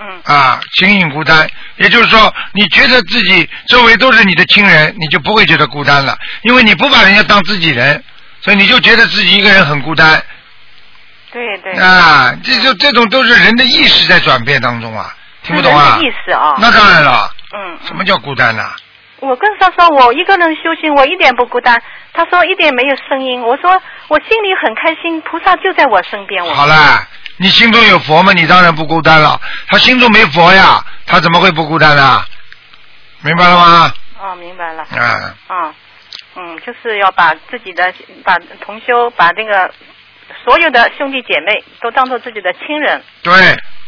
[SPEAKER 6] 嗯
[SPEAKER 2] 啊，形影孤单。也就是说，你觉得自己周围都是你的亲人，你就不会觉得孤单了，因为你不把人家当自己人，所以你就觉得自己一个人很孤单
[SPEAKER 6] 对对。
[SPEAKER 2] 啊。这就这种都是人的意识在转变当中啊，听不懂啊
[SPEAKER 6] 是人？的意思啊、
[SPEAKER 2] 那当然了，
[SPEAKER 6] 嗯，
[SPEAKER 2] 什么叫孤单呢、
[SPEAKER 6] 我跟他说，我一个人修行，我一点不孤单。他说一点没有声音。我说我心里很开心，菩萨就在我身边。我
[SPEAKER 2] 好啦，你心中有佛嘛，你当然不孤单了。他心中没佛呀，他怎么会不孤单呢、明白了吗？
[SPEAKER 6] 哦，明白了。
[SPEAKER 2] 啊，
[SPEAKER 6] 嗯嗯，就是要把自己的把同修把那个所有的兄弟姐妹都当做自己的亲人。
[SPEAKER 2] 对，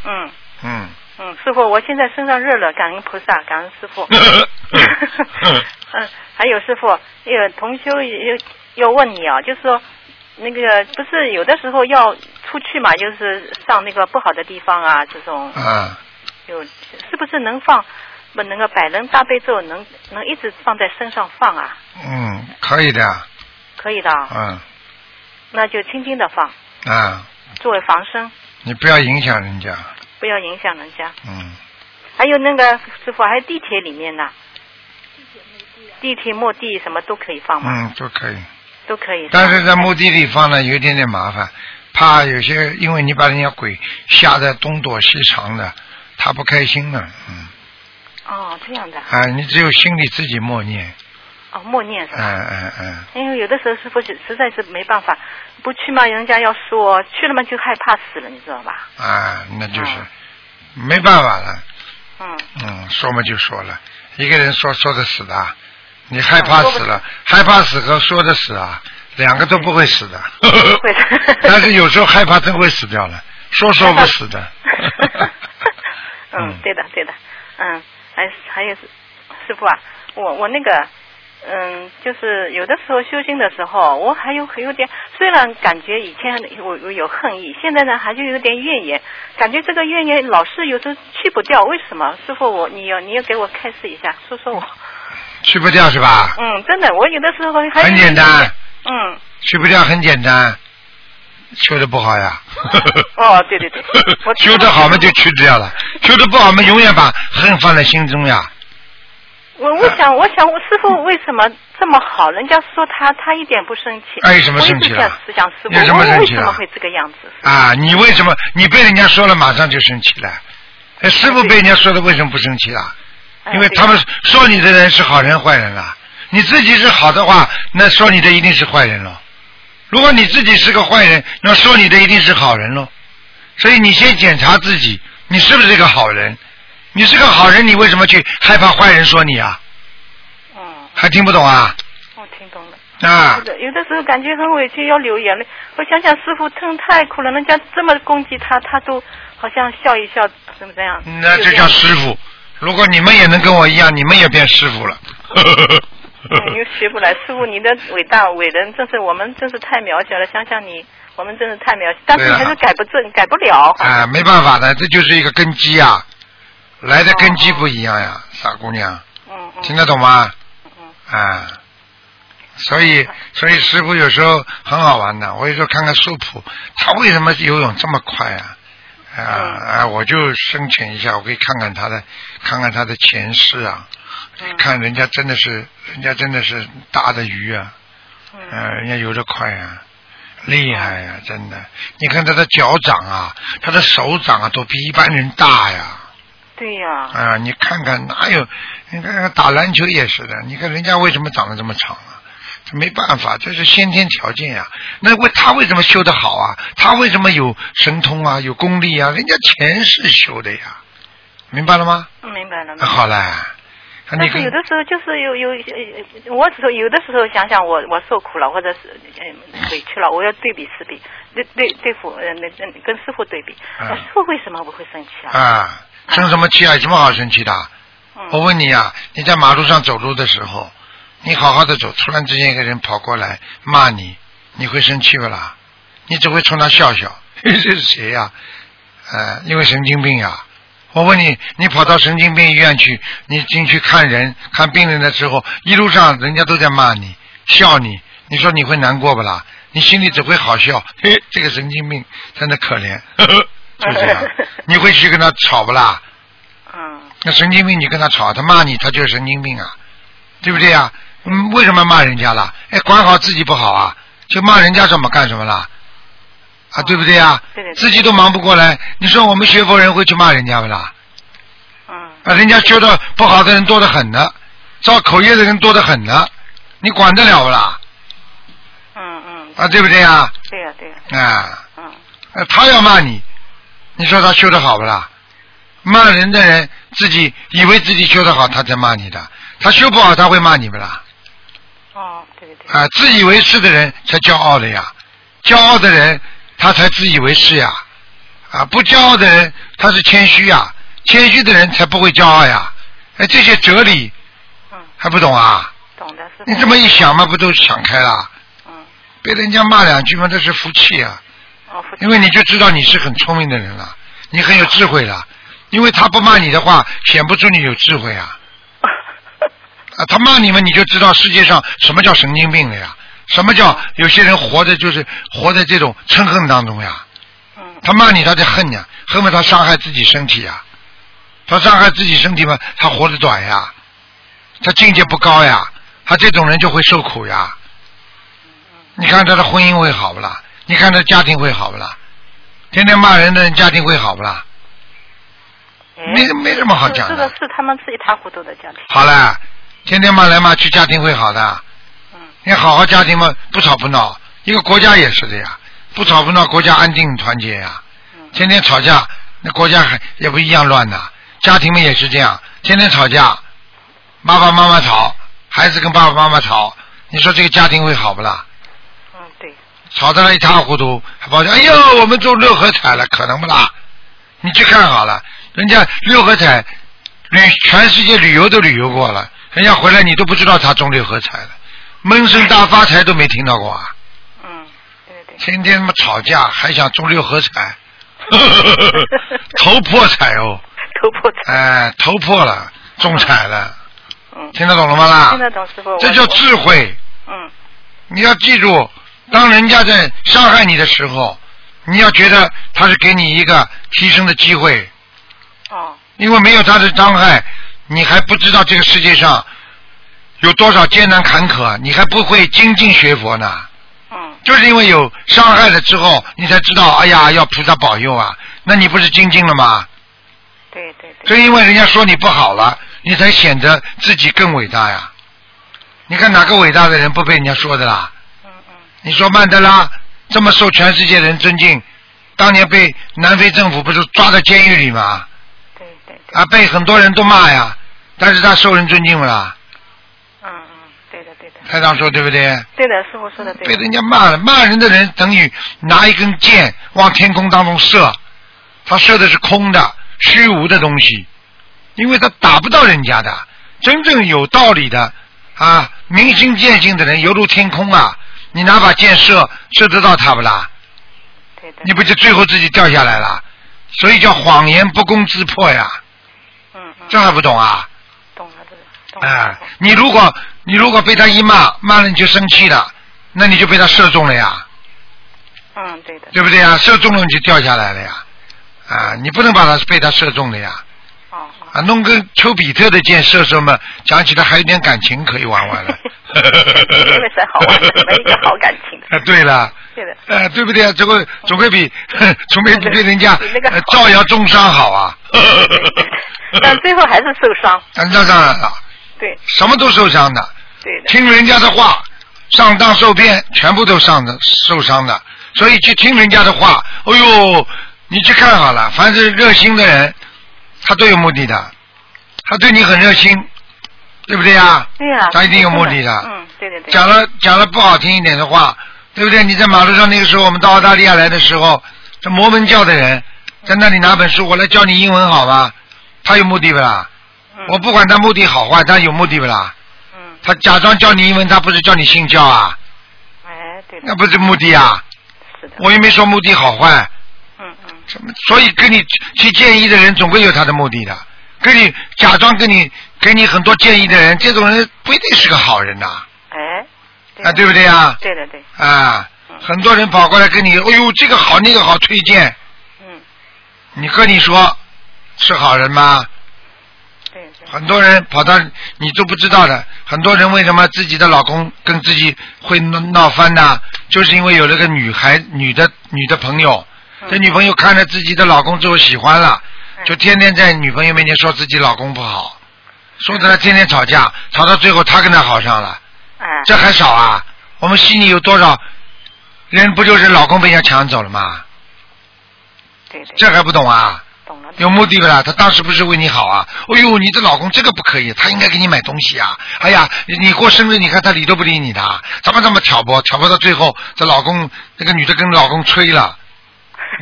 [SPEAKER 6] 嗯
[SPEAKER 2] 嗯。
[SPEAKER 6] 嗯，师傅，我现在身上热了，感恩菩萨，感恩 师傅。嗯，还有师傅，那个同修又又问你啊，就是说那个不是有的时候要出去嘛，就是上那个不好的地方啊，这种
[SPEAKER 2] 啊，
[SPEAKER 6] 有是不是能放不能够百人大悲咒能能一直放在身上放啊？
[SPEAKER 2] 嗯，可以的，
[SPEAKER 6] 可以的啊，
[SPEAKER 2] 嗯，
[SPEAKER 6] 那就轻轻的放，
[SPEAKER 2] 啊，
[SPEAKER 6] 作为防身，
[SPEAKER 2] 你不要影响人家，
[SPEAKER 6] 不要影响人家。
[SPEAKER 2] 嗯，
[SPEAKER 6] 还有那个师傅，还有地铁里面呢，地啊铁末地什么都可以放嘛，
[SPEAKER 2] 嗯，都可以。
[SPEAKER 6] 都可以。
[SPEAKER 2] 但是在墓地里放呢，有一点点麻烦，怕有些因为你把人家鬼吓得东躲西藏的，他不开心了，嗯，
[SPEAKER 6] 哦，这样的，
[SPEAKER 2] 啊，你只有心里自己默念，
[SPEAKER 6] 哦，默念是吧？
[SPEAKER 2] 嗯嗯嗯，
[SPEAKER 6] 因哎为有的时候师傅是实在是没办法，不去嘛，人家要说去了嘛就害怕死了，你知道吧？
[SPEAKER 2] 啊，那就是没办法了，
[SPEAKER 6] 嗯，
[SPEAKER 2] 嗯，说嘛就说了，一个人说说的死的啊，你害怕死
[SPEAKER 6] 啊
[SPEAKER 2] 了，害怕死和说的死啊，两个都不会死的，
[SPEAKER 6] 会的。
[SPEAKER 2] 但是有时候害怕真会死掉了，说说不死的，
[SPEAKER 6] 嗯，对的，对的，嗯，还还有是师傅啊，我我那个，嗯，就是有的时候修心的时候，我还有有点，虽然感觉以前我我有恨意，现在呢还就有点怨言，感觉这个怨言老是有时候去不掉，为什么？师傅我你要你要给我开示一下，说说我。
[SPEAKER 2] 去不掉是吧？
[SPEAKER 6] 嗯，真的，我有的时候还
[SPEAKER 2] 很简单。
[SPEAKER 6] 嗯，
[SPEAKER 2] 去不掉很简单，修的不好呀。
[SPEAKER 6] 哦，对对对，我
[SPEAKER 2] 修的好嘛就去掉了，修的不好嘛永远把恨放在心中呀。
[SPEAKER 6] 我我想我想我师傅为什么这么好？人家说他他一点不生气，
[SPEAKER 2] 哎什么生气
[SPEAKER 6] 我一直
[SPEAKER 2] 了
[SPEAKER 6] 想思想师傅，
[SPEAKER 2] 有什么
[SPEAKER 6] 我
[SPEAKER 2] 生
[SPEAKER 6] 为
[SPEAKER 2] 气
[SPEAKER 6] 什
[SPEAKER 2] 了
[SPEAKER 6] 么会这个样子？
[SPEAKER 2] 啊，你为什么你被人家说了马上就生气了？哎，师傅被人家说了为什么不生气啦？
[SPEAKER 6] 哎
[SPEAKER 2] 因为他们说你的人是好人坏人啦。你自己是好的话，那说你的一定是坏人喽。如果你自己是个坏人，那说你的一定是好人喽。所以你先检查自己，你是不是一个好人？你是个好人，你为什么去害怕坏人说你啊？
[SPEAKER 6] 嗯，
[SPEAKER 2] 还听不懂啊？
[SPEAKER 6] 我听懂了。
[SPEAKER 2] 啊
[SPEAKER 6] 有，的有的时候感觉很委屈，要流眼泪。我想想，师傅真太苦了，人家这么攻击他，他都好像笑一笑，怎么怎样？
[SPEAKER 2] 那这叫师傅。如果你们也能跟我一样，你们也变师傅了。
[SPEAKER 6] 嗯又学不来。师傅，你的伟大伟人，真是我们真是太渺小了。想想你，我们真是太渺小，但是
[SPEAKER 2] 对啊
[SPEAKER 6] 还是改不正，改不了。
[SPEAKER 2] 啊，没办法的，这就是一个根基啊，来的根基不一样呀，傻姑娘，
[SPEAKER 6] 嗯嗯
[SPEAKER 2] 听得懂吗？
[SPEAKER 6] 嗯
[SPEAKER 2] 啊，所以所以师傅有时候很好玩的，我有时候看看素谱，他为什么游泳这么快啊？啊啊，我就深潜一下，我可以看看他的，看看他的前世啊，
[SPEAKER 6] 嗯
[SPEAKER 2] 看人家真的是，人家真的是大的鱼啊，
[SPEAKER 6] 嗯
[SPEAKER 2] 呃，人家游得快啊，厉害呀、真的。你看他的脚掌啊，他的手掌啊，都比一般人大呀。
[SPEAKER 6] 对呀、
[SPEAKER 2] 啊、你看看哪有？你看看打篮球也是的，你看人家为什么长得这么长啊？这没办法，这是先天条件呀、那为他为什么修得好啊？他为什么有神通啊？有功力啊？人家前世修的呀，明白了吗？
[SPEAKER 6] 嗯明白了。明白
[SPEAKER 2] 那
[SPEAKER 6] 了
[SPEAKER 2] 好啦，那
[SPEAKER 6] 但
[SPEAKER 2] 你
[SPEAKER 6] 是
[SPEAKER 2] 看
[SPEAKER 6] 有的时候就是有有，呃我只是有的时候想想我我受苦了，或者是嗯委屈了，我要对比师比，对对对付呃那那跟师傅对比，
[SPEAKER 2] 嗯
[SPEAKER 6] 那师傅为什么我会生气啊？
[SPEAKER 2] 啊，生什么气啊？有什么好生气的啊？我
[SPEAKER 6] 嗯
[SPEAKER 2] 问你啊，你在马路上走路的时候，你好好的走，突然之间一个人跑过来骂你，你会生气不啦？你只会冲他笑笑， 这是谁呀、呃，因为神经病呀、我问你，你跑到神经病医院去，你进去看人、看病人的时候，一路上人家都在骂你、笑你，你说你会难过不啦？你心里只会好笑， 嘿，这个神经病真的可怜， 呵呵就这样。啊你会去跟他吵不啦？
[SPEAKER 6] 嗯
[SPEAKER 2] 那神经病，你跟他吵，他骂你，他就是神经病啊，对不对啊？嗯，为什么骂人家啦？哎，管好自己不好啊，就骂人家什么干什么啦？啊，对不对啊？
[SPEAKER 6] 对对对
[SPEAKER 2] 自己都忙不过来，你说我们学佛人会去骂人家不啦？
[SPEAKER 6] 嗯
[SPEAKER 2] 啊，人家修的不好的人多得很呢，造口业的人多得很呢，你管得了不啦？
[SPEAKER 6] 嗯嗯，
[SPEAKER 2] 啊，对不对啊？
[SPEAKER 6] 对呀、对呀、
[SPEAKER 2] 啊。
[SPEAKER 6] 嗯
[SPEAKER 2] 呃，他要骂你，你说他修的好不啦？骂人的人自己以为自己修的好，他才骂你的；他修不好，他会骂你们啦。
[SPEAKER 6] 哦对对对，
[SPEAKER 2] 啊、自以为是的人才骄傲的呀，骄傲的人他才自以为是呀。啊，不骄傲的人他是谦虚呀，谦虚的人才不会骄傲呀。哎，这些哲理
[SPEAKER 6] 嗯
[SPEAKER 2] 还不懂啊？
[SPEAKER 6] 懂的师傅。
[SPEAKER 2] 你这么一想嘛，不都想开了？
[SPEAKER 6] 嗯
[SPEAKER 2] 被人家骂两句嘛，这是福气啊。
[SPEAKER 6] 哦父亲
[SPEAKER 2] 因为你就知道你是很聪明的人了，你很有智慧了。因为他不骂你的话，显不出你有智慧啊！啊，他骂你们，你就知道世界上什么叫神经病了呀，什么叫有些人活着就是活在这种嗔恨当中呀。
[SPEAKER 6] 嗯
[SPEAKER 2] 他骂你，他在恨呀，恨不得他伤害自己身体呀。他伤害自己身体嘛，他活得短呀，他境界不高呀，他这种人就会受苦呀。你看他的婚姻会好不啦？你看他家庭会好不啦？天天骂人的人家庭会好不啦？
[SPEAKER 6] 哎
[SPEAKER 2] 没没什么好讲
[SPEAKER 7] 这
[SPEAKER 2] 的。
[SPEAKER 7] 个是他们是一塌糊涂的家庭。
[SPEAKER 2] 好了，天天骂来骂去，家庭会好的。
[SPEAKER 6] 嗯
[SPEAKER 2] 你好好家庭嘛，不吵不闹，一个国家也是的呀，不吵不闹，国家安定团结呀。天天吵架，那国家还也不一样乱呐。家庭们也是这样，天天吵架，爸爸妈妈吵，孩子跟爸爸妈妈吵，你说这个家庭会好不啦？
[SPEAKER 7] 嗯，对。
[SPEAKER 2] 吵得一塌糊涂，还抱怨哎呦，我们中六合彩了，可能不啦？你去看好了，人家六合彩旅全世界旅游都旅游过了，人家回来你都不知道他中六合彩了，闷声大发财都没听到过啊！嗯， 对对。天天他妈吵架，还想中六合彩， 头破彩哦！
[SPEAKER 7] 头破
[SPEAKER 2] 彩！哎，头破了，中彩了。
[SPEAKER 6] 嗯
[SPEAKER 2] 听得懂了吗啦？
[SPEAKER 7] 听得懂师傅。我
[SPEAKER 2] 啊这叫智慧。
[SPEAKER 7] 嗯。
[SPEAKER 2] 你要记住，当人家在伤害你的时候，你要觉得他是给你一个提升的机会。哦。因为没有他的伤害，你还不知道这个世界上有多少艰难坎坷，你还不会精进学佛呢。嗯。就是因为有伤害了之后，你才知道，哎呀，要菩萨保佑啊！那你不是精进了吗？
[SPEAKER 7] 对对
[SPEAKER 2] 正因为人家说你不好了，你才显得自己更伟大呀。你看哪个伟大的人不被人家说的啦？
[SPEAKER 7] 嗯
[SPEAKER 2] 你说曼德拉这么受全世界人尊敬，当年被南非政府不是抓到监狱里吗？对对。啊，被很多人都骂呀，但是他受人尊敬不啦？
[SPEAKER 7] 嗯对的对的
[SPEAKER 2] 台长说对不对？
[SPEAKER 7] 对的，师傅说的对的。
[SPEAKER 2] 被人家骂了，骂人的人等于拿一根箭往天空当中射，他射的是空的、虚无的东西，因为他打不到人家的。真正有道理的啊，明心见性的人犹如天空啊，你拿把箭射，射得到他不啦？你不就最后自己掉下来了？所以叫谎言不攻自破呀。嗯这还不懂啊？哎，你如果你如果被他一骂，骂了你就生气了，那你就被他射中了呀，
[SPEAKER 7] 嗯，对的。
[SPEAKER 2] 对不对呀？射中了你就掉下来了呀，啊，你不能把他被他射中了呀。
[SPEAKER 7] 哦
[SPEAKER 2] 啊，弄根丘比特的箭射射嘛，讲起来还有点感情可以玩 玩了。
[SPEAKER 7] 这个是好玩的，没一个好感情。
[SPEAKER 2] 啊，对了，
[SPEAKER 7] 对的，
[SPEAKER 2] 呃，对不对啊？这个总会比，总会比对人家
[SPEAKER 7] 比那个
[SPEAKER 2] 呃照耀重伤好啊。
[SPEAKER 7] 但最后还是受伤。
[SPEAKER 2] 啊那当然了，
[SPEAKER 7] 对
[SPEAKER 2] 什么都受伤的。
[SPEAKER 7] 对的。
[SPEAKER 2] 听人家的话，上当受骗，全部都上的受伤的。所以去听人家的话，哎呦，你去看好了，凡是热心的人，他都有目的的，他对你很热心，对不对啊呀？
[SPEAKER 7] 对哎呀、
[SPEAKER 2] 他一定有目的的
[SPEAKER 7] 嗯，对对对。
[SPEAKER 2] 讲了讲了不好听一点的话，对不对？你在马路上那个时候，我们到澳大利亚来的时候，这摩门教的人在那里拿本书，我来教你英文好吧？他有目的不啦？
[SPEAKER 7] 嗯
[SPEAKER 6] 嗯
[SPEAKER 2] 我不管他目的好坏，他有目的不啦？他假装教你英文，他不是教你信教啊？哎，对。那不是目的啊？是的。我又没说目的好坏。嗯嗯。什么？所以跟你去建议的人，总归有他的目的的。跟你假装跟你给你很多建议的人，这种人不一定是个好人呐、
[SPEAKER 7] 哎。
[SPEAKER 2] 啊对不对啊
[SPEAKER 7] 对的对。嗯
[SPEAKER 2] 啊，很多人跑过来跟你，哎呦，这个好，那个好，推荐。嗯。你和你说是好人吗？对。很多人跑到你都不知道的，很多人为什么自己的老公跟自己会闹闹翻呢、就是因为有了个女孩、女的、女的朋友，
[SPEAKER 7] 嗯
[SPEAKER 2] 这女朋友看着自己的老公之后喜欢了，
[SPEAKER 7] 哎
[SPEAKER 2] 就天天在女朋友面前说自己老公不好，说的她天天吵架，吵到最后她跟他好上了。
[SPEAKER 7] 哎。
[SPEAKER 2] 这还少啊？我们悉尼有多少人不就是老公被人家抢走了吗？
[SPEAKER 7] 对对。
[SPEAKER 2] 这还不懂啊？懂了。有目的不啦？他当时不是为你好啊？哎呦，你的老公这个不可以，他应该给你买东西啊！哎呀，你你过生日，你看他理都不理你的啊，怎么这么挑拨？挑拨到最后，这老公那个女的跟老公吹了，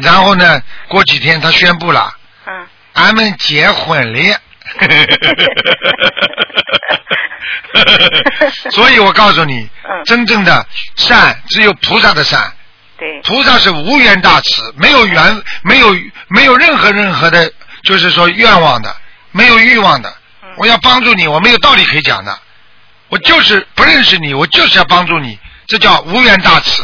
[SPEAKER 2] 然后呢，过几天她宣布了，
[SPEAKER 7] 嗯，
[SPEAKER 2] 俺们结婚了。 所以我告诉你，真正的善只有菩萨的善。
[SPEAKER 7] 对。
[SPEAKER 2] 菩萨是无缘大慈，没有缘，没有没有任何任何的，就是说愿望的，没有欲望的。
[SPEAKER 7] 嗯
[SPEAKER 2] 我要帮助你，我没有道理可以讲的，我就是不认识你，我就是要帮助你，这叫无缘大慈。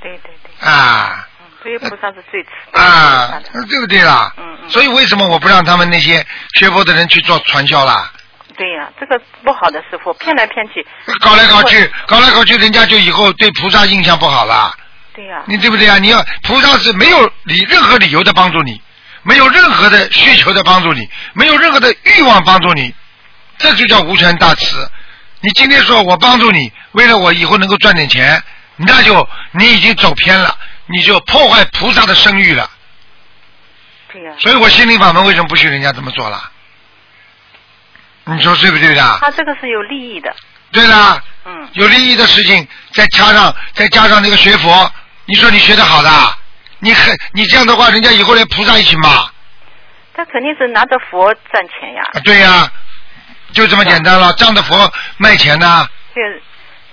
[SPEAKER 7] 对对
[SPEAKER 2] 对。啊。
[SPEAKER 6] 嗯
[SPEAKER 7] 所以菩萨是最慈悲
[SPEAKER 2] 啊，对不对啦？嗯嗯。所以为什么我不让他们那些学佛的人去做传销啦？
[SPEAKER 7] 对呀、这个不好的师傅骗来骗去，
[SPEAKER 2] 搞来搞去，搞来搞去，人家就以后对菩萨印象不好啦。
[SPEAKER 7] 对呀、
[SPEAKER 2] 你对不对啊？你要菩萨是没有理任何理由的帮助你，没有任何的需求在帮助你，没有任何的欲望帮助你，这就叫无权大慈。你今天说我帮助你，为了我以后能够赚点钱，那就你已经走偏了，你就破坏菩萨的声誉了。
[SPEAKER 6] 对呀、
[SPEAKER 2] 所以我心灵法门为什么不许人家这么做了？你说对不对啦？
[SPEAKER 6] 他这个是有利益的，
[SPEAKER 2] 对啦，
[SPEAKER 6] 嗯，
[SPEAKER 2] 有利益的事情，再加上再加上那个学佛，你说你学的好的，你很你这样的话，人家以后连菩萨一起骂，
[SPEAKER 6] 他肯定是拿着佛赚钱呀，
[SPEAKER 2] 啊对呀、就这么简单了，仗着佛卖钱呐、
[SPEAKER 6] 就是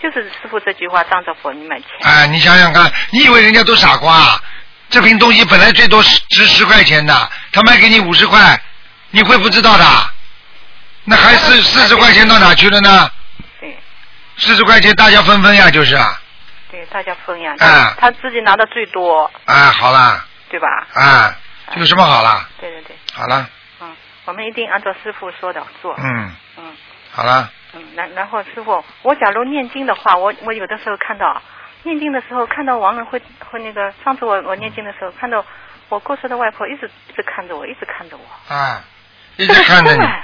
[SPEAKER 6] 就是师傅这句话，仗着佛你买钱，
[SPEAKER 2] 哎，你想想看，你以为人家都傻瓜啊？这瓶东西本来最多十值十块钱的，他卖给你五十块，你会不知道的？那还四四十块钱到哪去了呢？
[SPEAKER 6] 对
[SPEAKER 2] 四十块钱大家分分呀，就是啊，
[SPEAKER 6] 对，大家分呀，
[SPEAKER 2] 啊
[SPEAKER 6] 他自己拿的最多，
[SPEAKER 2] 哎，好啦，
[SPEAKER 6] 对吧？
[SPEAKER 2] 啊，有什么好啦？
[SPEAKER 6] 对对对，
[SPEAKER 2] 好啦，
[SPEAKER 6] 嗯，我们一定按照师傅说的做，
[SPEAKER 2] 嗯，
[SPEAKER 6] 嗯
[SPEAKER 2] 好啦，
[SPEAKER 6] 嗯，然然后师傅，我假如念经的话，我我有的时候看到念经的时候看到亡人会会那个，上次我我念经的时候看到我过世的外婆一直一直看着我，一直看着我，
[SPEAKER 2] 啊，一
[SPEAKER 6] 这
[SPEAKER 2] 直
[SPEAKER 6] 个
[SPEAKER 2] 看着
[SPEAKER 6] 是
[SPEAKER 2] 你，
[SPEAKER 6] 哎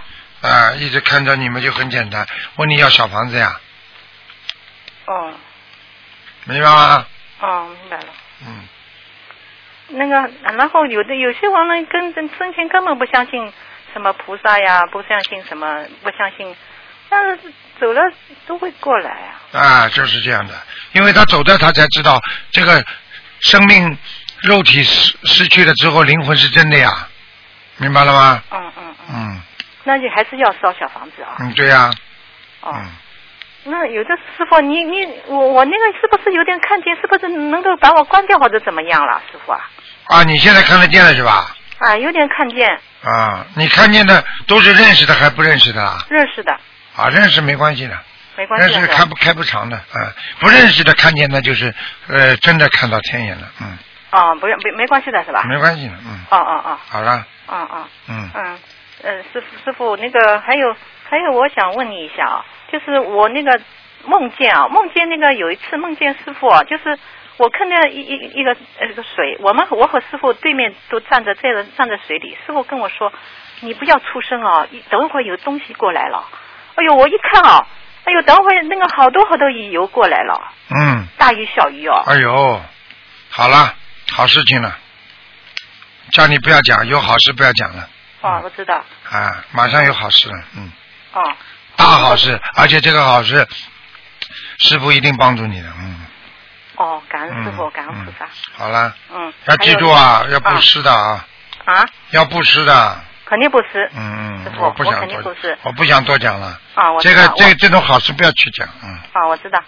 [SPEAKER 2] 啊，一直看着你们就很简单。问你要小房子呀，
[SPEAKER 6] 哦
[SPEAKER 2] 明白吗？
[SPEAKER 6] 哦，明白了。
[SPEAKER 2] 嗯，
[SPEAKER 6] 那个，然后有的有些亡人跟跟生前根本不相信什么菩萨呀，不相信什么，不相信，但是走了都会过来啊。
[SPEAKER 2] 啊，就是这样的，因为他走掉，他才知道这个生命肉体失失去了之后，灵魂是真的呀，明白了吗？
[SPEAKER 6] 嗯嗯嗯，
[SPEAKER 2] 嗯
[SPEAKER 6] 那就还是要烧小房子啊。
[SPEAKER 2] 嗯，对呀、
[SPEAKER 6] 哦，
[SPEAKER 2] 嗯，
[SPEAKER 6] 那有的师傅，你你我我那个是不是有点看见？是不是能够把我关掉或者怎么样了，师傅啊？
[SPEAKER 2] 啊，你现在看得见了是吧？
[SPEAKER 6] 啊，有点看见，
[SPEAKER 2] 啊，你看见的都是认识的，还不认识的啊？
[SPEAKER 6] 认识的，
[SPEAKER 2] 啊，认识没关系的，
[SPEAKER 6] 没关
[SPEAKER 2] 认
[SPEAKER 6] 系
[SPEAKER 2] 识
[SPEAKER 6] 的。
[SPEAKER 2] 开不开不长的啊，不认识的看见那就是呃，真的看到天眼了，嗯，
[SPEAKER 6] 哦，不用，没没关系的是吧？
[SPEAKER 2] 没关系的，嗯，
[SPEAKER 6] 哦哦哦，
[SPEAKER 2] 好了，
[SPEAKER 6] 嗯嗯。
[SPEAKER 2] 嗯，
[SPEAKER 6] 嗯，呃，师傅师傅，那个还有还有，我想问你一下啊，就是我那个梦见啊，梦见那个有一次梦见师傅啊，就是我看见一一一个呃一个水，我们我和师傅对面都站着，这人站在水里，师傅跟我说，你不要出声啊，一等一会儿有东西过来了，哎呦，我一看啊，哎呦，等会儿那个好多好多鱼游过来了，
[SPEAKER 2] 嗯，
[SPEAKER 6] 大鱼小鱼哦，
[SPEAKER 2] 哎呦，好了，好事情了，叫你不要讲，有好事不要讲了
[SPEAKER 6] 哦，我知道，
[SPEAKER 2] 啊，马上有好事了，嗯，
[SPEAKER 6] 哦，
[SPEAKER 2] 大好事，而且这个好事，师傅一定帮助你的，嗯，
[SPEAKER 6] 哦，感恩师傅，
[SPEAKER 2] 嗯
[SPEAKER 6] 感恩菩萨，
[SPEAKER 2] 好了，
[SPEAKER 6] 嗯，
[SPEAKER 2] 要
[SPEAKER 6] 还有
[SPEAKER 2] 记住啊，要布施的啊，
[SPEAKER 6] 啊，
[SPEAKER 2] 要布施的，
[SPEAKER 6] 肯定不是，
[SPEAKER 2] 嗯
[SPEAKER 6] 师
[SPEAKER 2] 嗯，
[SPEAKER 6] 傅
[SPEAKER 2] 我不想
[SPEAKER 6] 我肯定
[SPEAKER 2] 多
[SPEAKER 6] 不是，
[SPEAKER 2] 我不想多讲了，
[SPEAKER 6] 啊，我
[SPEAKER 2] 这
[SPEAKER 6] 知
[SPEAKER 2] 个
[SPEAKER 6] 道
[SPEAKER 2] 这这种好事不要去讲，嗯，
[SPEAKER 6] 我啊，我知道，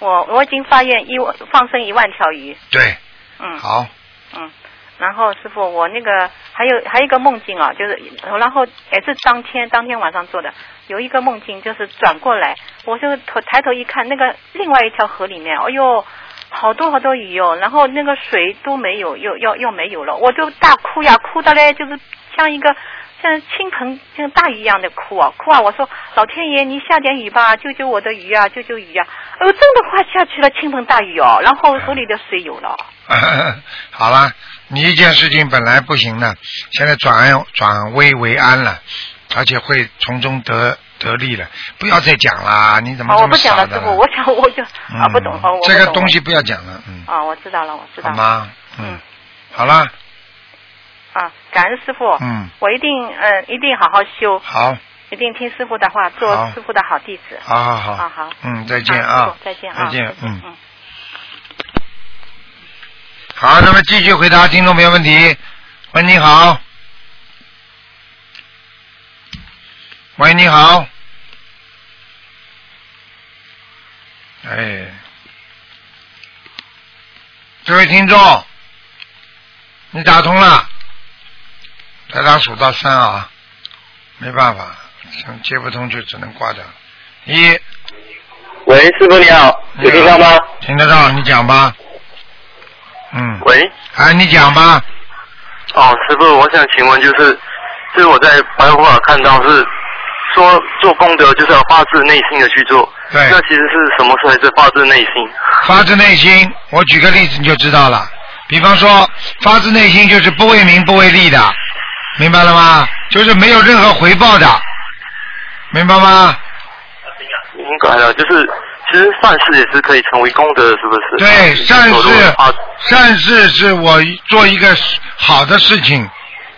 [SPEAKER 6] 我我已经发愿一万放生一万条鱼，
[SPEAKER 2] 对，
[SPEAKER 6] 嗯
[SPEAKER 2] 好，
[SPEAKER 6] 嗯。然后师傅，我那个还有还有一个梦境啊，就是然后也是当天当天晚上做的，有一个梦境就是转过来，我就头抬头一看，那个另外一条河里面，哎呦，好多好多鱼哦，然后那个水都没有，又要又没有了，我就大哭呀，哭的嘞，就是像一个像倾盆像大雨一样的哭啊哭啊！我说老天爷，你下点雨吧，救救我的鱼啊，救救鱼啊！哎呦，真的快下去了，倾盆大雨哦，然后河里的水有了，
[SPEAKER 2] 好了，你一件事情本来不行的，现在转安转危为安了，而且会从中得得利了。不要再讲啦，你怎么
[SPEAKER 6] 啊，我
[SPEAKER 2] 这么
[SPEAKER 6] 不讲
[SPEAKER 2] 傻
[SPEAKER 6] 了，
[SPEAKER 2] 的
[SPEAKER 6] 师
[SPEAKER 2] 呢？
[SPEAKER 6] 傅，我想我就啊
[SPEAKER 2] 嗯
[SPEAKER 6] 不懂，哦我不
[SPEAKER 2] 这个
[SPEAKER 6] 懂
[SPEAKER 2] 东西不要讲了，嗯，
[SPEAKER 6] 啊，我知道了，我知道
[SPEAKER 2] 好
[SPEAKER 6] 了
[SPEAKER 2] 吗？嗯
[SPEAKER 6] 嗯，
[SPEAKER 2] 好了，
[SPEAKER 6] 啊，感恩师傅，
[SPEAKER 2] 嗯，
[SPEAKER 6] 我一定嗯一定好好修，
[SPEAKER 2] 好，
[SPEAKER 6] 一定听师傅的话，
[SPEAKER 2] 好
[SPEAKER 6] 做师傅的好弟子。
[SPEAKER 2] 好好好，
[SPEAKER 6] 啊好
[SPEAKER 2] 嗯，再见
[SPEAKER 6] 好师
[SPEAKER 2] 啊
[SPEAKER 6] 傅，再见啊
[SPEAKER 2] 再见，嗯
[SPEAKER 6] 嗯。
[SPEAKER 2] 好，那么继续回答听众朋友问题。喂，你好。喂，你好。哎，这位听众，你打通了，台长数到三啊，没办法，想接不通就只能挂掉。一，
[SPEAKER 4] 喂，师傅你好，有听到吗？
[SPEAKER 2] 听得到，你讲吧。嗯，
[SPEAKER 4] 喂，
[SPEAKER 2] 哎，你讲吧。
[SPEAKER 4] 哦，师傅，我想请问就是，就是我在白话看到是说做功德就是要发自内心的去做，
[SPEAKER 2] 对
[SPEAKER 4] 那其实是什么才是发自内心？
[SPEAKER 2] 发自内心，我举个例子你就知道了。比方说，发自内心就是不为名不为利的，明白了吗？就是没有任何回报的，明白吗？
[SPEAKER 8] 明白了，就是其实善事也是可以成为功德的，是不是？
[SPEAKER 2] 对，善
[SPEAKER 8] 走路的
[SPEAKER 2] 事
[SPEAKER 8] 话，
[SPEAKER 2] 善事是我做一个好的事情，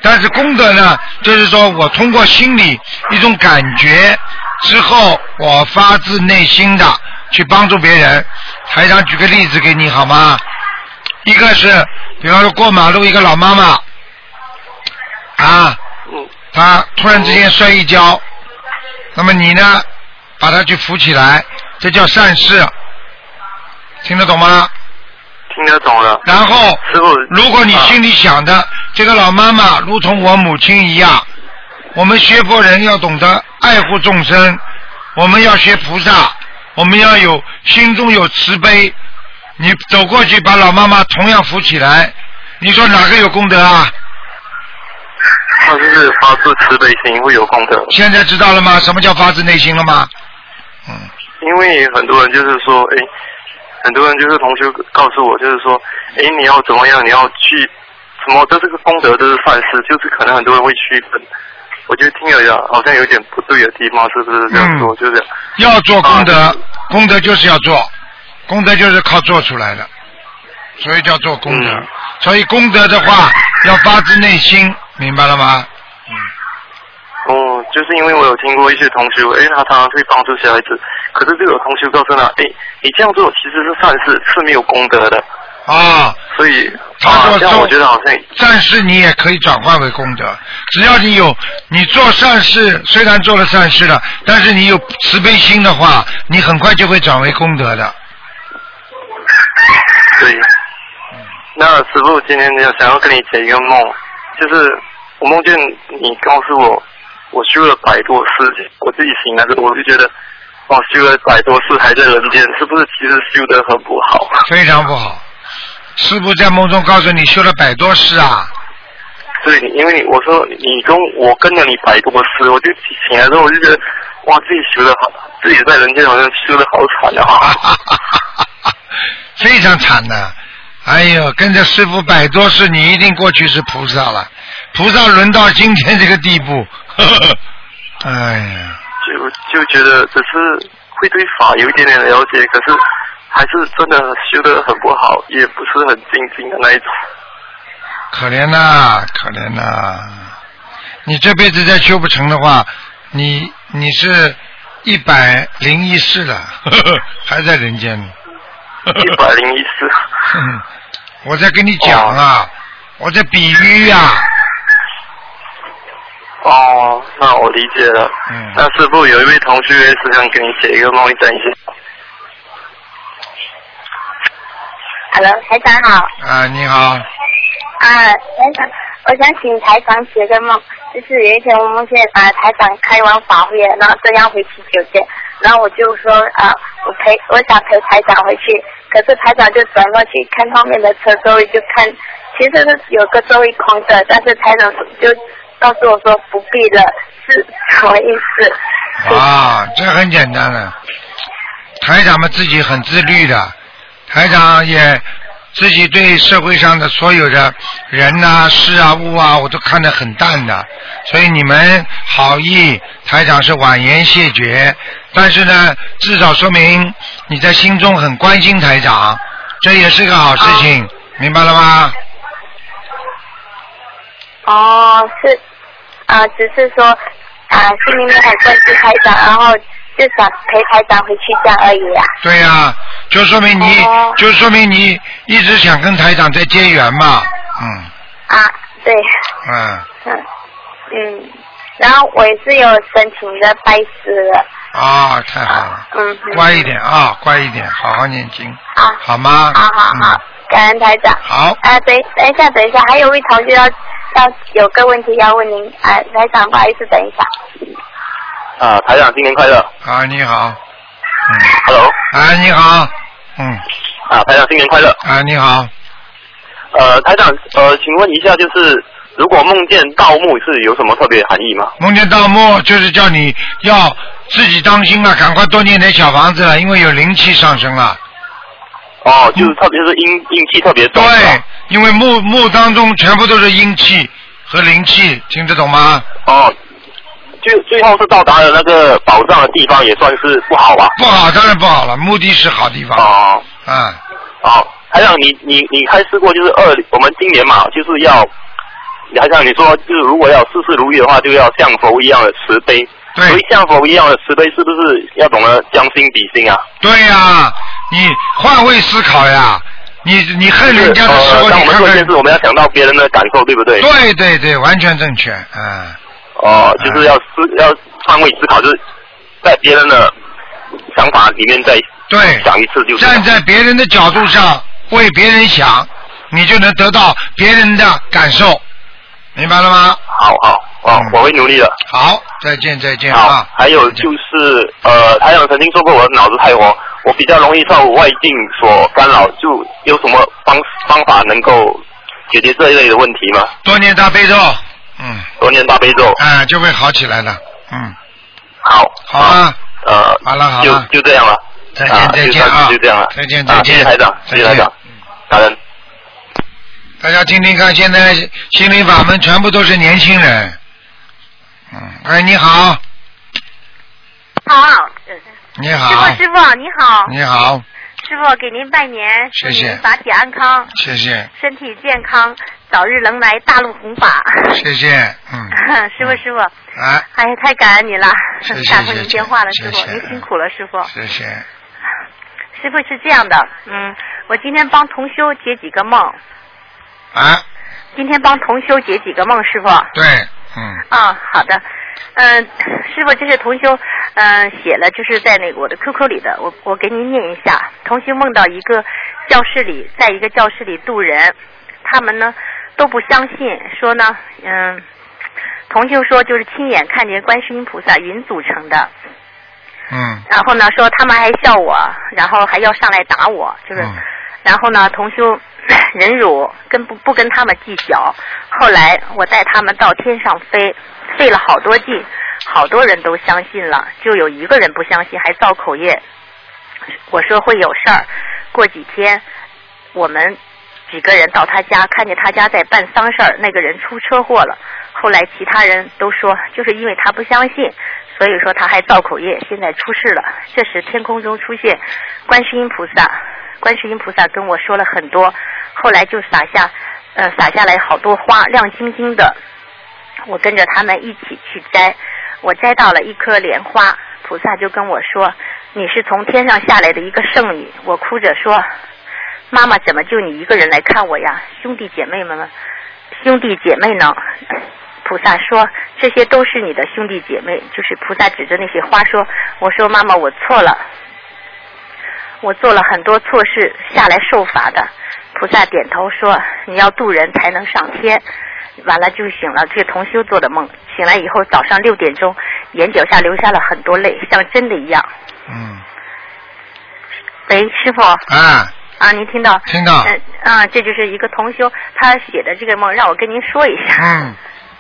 [SPEAKER 2] 但是功德呢，就是说我通过心里一种感觉之后，我发自内心的去帮助别人。台长举个例子给你好吗？一个是，比方说过马路一个老妈妈，啊，她突然之间摔一跤，那么你呢，把她去扶起来，这叫善事，听得懂吗？
[SPEAKER 8] 听得懂了。
[SPEAKER 2] 然后
[SPEAKER 8] 师傅，啊
[SPEAKER 2] 如果你心里想的、这个老妈妈如同我母亲一样，我们学佛人要懂得爱护众生，我们要学菩萨，我们要有心中有慈悲。你走过去把老妈妈同样扶起来，你说哪个有功德啊？
[SPEAKER 8] 他就是发自慈悲心会有功德，
[SPEAKER 2] 现在知道了吗？什么叫发自内心了吗？
[SPEAKER 8] 因为很多人就是说，哎，很多人就是同学告诉我，就是说，哎，你要怎么样，你要去什么，这是个功德，这是善事，就是可能很多人会区分。我觉得听了呀，好像有点不对的地方，是不是这样说？
[SPEAKER 2] 嗯
[SPEAKER 8] 就是这样
[SPEAKER 2] 要做功
[SPEAKER 8] 啊
[SPEAKER 2] 德，功德就是要做，功德就是靠做出来的，所以叫做功德。
[SPEAKER 8] 嗯
[SPEAKER 2] 所以功德的话，要发自内心，明白了吗？
[SPEAKER 8] 哦，就是因为我有听过一些同学，哎，他常常会帮助小孩子，可是就有同学告诉他，哎，你这样做其实是善事，是没有功德的，
[SPEAKER 2] 啊，
[SPEAKER 8] 所以
[SPEAKER 2] 他
[SPEAKER 8] 啊
[SPEAKER 2] 说
[SPEAKER 8] 这样
[SPEAKER 2] 中
[SPEAKER 8] 我觉得好像
[SPEAKER 2] 但是你也可以转化为功德，只要你有你做善事，虽然做了善事了，但是你有慈悲心的话，你很快就会转为功德的。
[SPEAKER 8] 对。那师傅今天要想要跟你解一个梦，就是我梦见你告诉我，我修了百多次，我自己醒来之后我就觉得，哇，修了百多次还在人间，是不是其实修得很不好？
[SPEAKER 2] 非常不好。师傅在梦中告诉你修了百多世啊，
[SPEAKER 8] 对，因为我说你跟我跟了你百多次，我就醒来之后我就觉得，哇，自己修的好，自己在人间好像修的好惨啊！
[SPEAKER 2] 非常惨的。哎呦，跟着师傅百多世，你一定过去是菩萨了，菩萨轮到今天这个地步。 呵呵哎呀，
[SPEAKER 8] 就就觉得只是会对法有一点点了解，可是还是真的修的很不好，也不是很精进的那一种。
[SPEAKER 2] 可怜呐、可怜呐、你这辈子再修不成的话，你你是一百零一世了， 呵呵还在人间 呢。
[SPEAKER 8] 一百零一次，
[SPEAKER 2] 嗯，我在跟你讲啊，我在比喻啊，
[SPEAKER 8] 哦，那我理解了。
[SPEAKER 2] 嗯
[SPEAKER 8] 那师傅有一位同学是想给你写一个梦，你等一下。
[SPEAKER 9] Hello，台长好。
[SPEAKER 2] 啊，你好，
[SPEAKER 9] 啊，台长，我想请台长写个梦，就是有一天我梦见啊台长开完法会，然后正要回去酒店，然后我就说啊，我陪我想陪台长回去，可是台长就转过去看后面的车周围，就看其实是有个周围空的，但是台长就告诉我说不必了，是什么意思？
[SPEAKER 2] 啊，这很简单了。台长们自己很自律的，台长也自己对社会上的所有的人呐、事啊、物啊，我都看得很淡的。所以你们好意，台长是婉言谢绝，但是呢，至少说明你在心中很关心台长，这也是个好事情，明白了吗？
[SPEAKER 9] 哦，是啊、只是说啊、心里面很关心台长，然后就想陪台长回去这样而已啊。
[SPEAKER 2] 对呀、就说明你，
[SPEAKER 9] 哦
[SPEAKER 2] 就说明你一直想跟台长在结缘嘛，嗯
[SPEAKER 9] 啊，对，
[SPEAKER 2] 嗯。
[SPEAKER 9] 嗯嗯，然后我也是有申请的拜师了，
[SPEAKER 2] 啊，太好了，
[SPEAKER 9] 嗯，嗯
[SPEAKER 2] 乖一，点啊，乖一点，好好念经，
[SPEAKER 9] 好，
[SPEAKER 2] 好吗？嗯
[SPEAKER 9] 好好好，感恩台长。
[SPEAKER 2] 好
[SPEAKER 9] 啊，等等一下，等一下，还有位同学要要有个问题要问您，啊，台长不好意思，等一下。
[SPEAKER 4] 啊，台长新年快乐
[SPEAKER 2] 嗯，啊，你好，嗯，
[SPEAKER 4] ，Hello，
[SPEAKER 2] 啊，你好，嗯，
[SPEAKER 4] 啊，台长新年快乐。
[SPEAKER 2] 啊，你好，
[SPEAKER 4] 呃，台长，呃，请问一下，就是如果梦见盗墓是有什么特别含义吗？
[SPEAKER 2] 梦见盗墓就是叫你要自己当心了，赶快多念点小房子了，因为有灵气上升了。
[SPEAKER 4] 哦，
[SPEAKER 10] 啊
[SPEAKER 4] 就是特别是阴阴气特别重。是吧
[SPEAKER 2] 对，因为墓墓当中全部都是阴气，和灵气，听得懂吗？
[SPEAKER 10] 哦，最最后是到达了那个宝藏的地方，也算是不好啊吧？
[SPEAKER 2] 不好，当然不好了，目的是好地方。
[SPEAKER 10] 哦，
[SPEAKER 2] 嗯，
[SPEAKER 10] 哦，还有你你你开示过，就是二我们今年嘛，就是要，你还像你说，就是如果要事事如意的话，就要像佛一样的慈悲。
[SPEAKER 2] 对
[SPEAKER 10] 所以像佛一样的慈悲，是不是要懂得将心比心啊？
[SPEAKER 2] 对呀、你换位思考呀，你你恨人家的时候，
[SPEAKER 10] 呃，当我
[SPEAKER 2] 你
[SPEAKER 10] 们
[SPEAKER 2] 看
[SPEAKER 10] 做一
[SPEAKER 2] 看
[SPEAKER 10] 件事，我们要想到别人的感受，对不对？
[SPEAKER 2] 对对对，完全正确，嗯，
[SPEAKER 10] 哦，就是要思要换位思考，就是在别人的想法里面再
[SPEAKER 2] 对，
[SPEAKER 10] 想一次就是了。
[SPEAKER 2] 站在别人的角度上为别人想，你就能得到别人的感受，明白了吗？
[SPEAKER 10] 好好哦，我会努力的。
[SPEAKER 2] 好，再见再见
[SPEAKER 10] 好，
[SPEAKER 2] 啊！
[SPEAKER 10] 还有就是呃，台长曾经说过我的脑子太活，我比较容易受外境所干扰，就有什么方方法能够解决这一类的问题吗？
[SPEAKER 2] 多念大悲咒，
[SPEAKER 10] 多念大悲咒。
[SPEAKER 2] 哎、就会好起来了。嗯，
[SPEAKER 10] 好，
[SPEAKER 2] 好啊，
[SPEAKER 10] 呃，
[SPEAKER 2] 好了好
[SPEAKER 10] 就
[SPEAKER 2] 了，
[SPEAKER 10] 就这样了。
[SPEAKER 2] 再
[SPEAKER 10] 啊
[SPEAKER 2] 见再见
[SPEAKER 10] 就
[SPEAKER 2] 啊！
[SPEAKER 10] 就这样了。
[SPEAKER 2] 再见
[SPEAKER 10] 啊
[SPEAKER 2] 再
[SPEAKER 10] 谢
[SPEAKER 2] 见，
[SPEAKER 10] 谢台长，谢谢台长，感恩。
[SPEAKER 2] 大家听听看，现在心灵法门全部都是年轻人。嗯，哎，你好，
[SPEAKER 6] 好，嗯
[SPEAKER 2] 你
[SPEAKER 6] 师傅
[SPEAKER 2] 好，
[SPEAKER 6] 师傅你好，
[SPEAKER 2] 你好，
[SPEAKER 6] 师傅给您拜年，
[SPEAKER 2] 谢谢
[SPEAKER 6] 祝您法体安康，
[SPEAKER 2] 谢谢，
[SPEAKER 6] 身体健康，早日能来大陆弘法。
[SPEAKER 2] 谢谢，嗯，
[SPEAKER 6] 师傅师傅，
[SPEAKER 2] 啊，
[SPEAKER 6] 哎呀，太感恩您了
[SPEAKER 2] 谢谢，
[SPEAKER 6] 打通您电话了，
[SPEAKER 2] 谢
[SPEAKER 6] 师
[SPEAKER 2] 谢
[SPEAKER 6] 傅您辛苦了，师傅。
[SPEAKER 2] 谢谢，
[SPEAKER 6] 师傅是这样的，嗯，我今天帮同修解几个梦，
[SPEAKER 2] 啊，
[SPEAKER 6] 今天帮同修解几个梦，师傅。
[SPEAKER 2] 对，嗯，
[SPEAKER 6] 啊，好的。嗯、师傅，这是同修，嗯、写了，就是在那个我的 QQ 里的，我我给您念一下。同修梦到一个教室里，在一个教室里渡人，他们呢都不相信，说呢，嗯，同修说就是亲眼看见观世音菩萨云组成的，
[SPEAKER 2] 嗯，
[SPEAKER 6] 然后呢说他们还笑我，然后还要上来打我，就是，
[SPEAKER 2] 嗯
[SPEAKER 6] 然后呢同修 忍辱，跟不不跟他们计较。后来我带他们到天上飞，费了好多劲，好多人都相信了，就有一个人不相信，还造口业。我说会有事儿，过几天我们几个人到他家，看见他家在办丧事儿，那个人出车祸了。后来其他人都说，就是因为他不相信，所以说他还造口业，现在出事了。这时天空中出现观世音菩萨，观世音菩萨跟我说了很多，后来就撒下，呃，撒下来好多花，亮晶晶的。我跟着他们一起去摘，我摘到了一颗莲花，菩萨就跟我说：“你是从天上下来的一个圣女。”我哭着说：“妈妈，怎么就你一个人来看我呀？兄弟姐妹们呢，兄弟姐妹呢？”菩萨说：“这些都是你的兄弟姐妹。”就是菩萨指着那些花说：“我说妈妈，我错了，我做了很多错事，下来受罚的。”菩萨点头说：“你要渡人才能上天。”完了就醒了，这个同修做的梦，醒来以后早上六点钟，眼角下流下了很多泪，像真的一样。
[SPEAKER 2] 嗯，
[SPEAKER 6] 喂，师傅
[SPEAKER 2] 啊，
[SPEAKER 6] 啊，您听到？
[SPEAKER 2] 听到
[SPEAKER 6] 嗯、啊，这就是一个同修他写的这个梦，让我跟您说一下。
[SPEAKER 2] 嗯，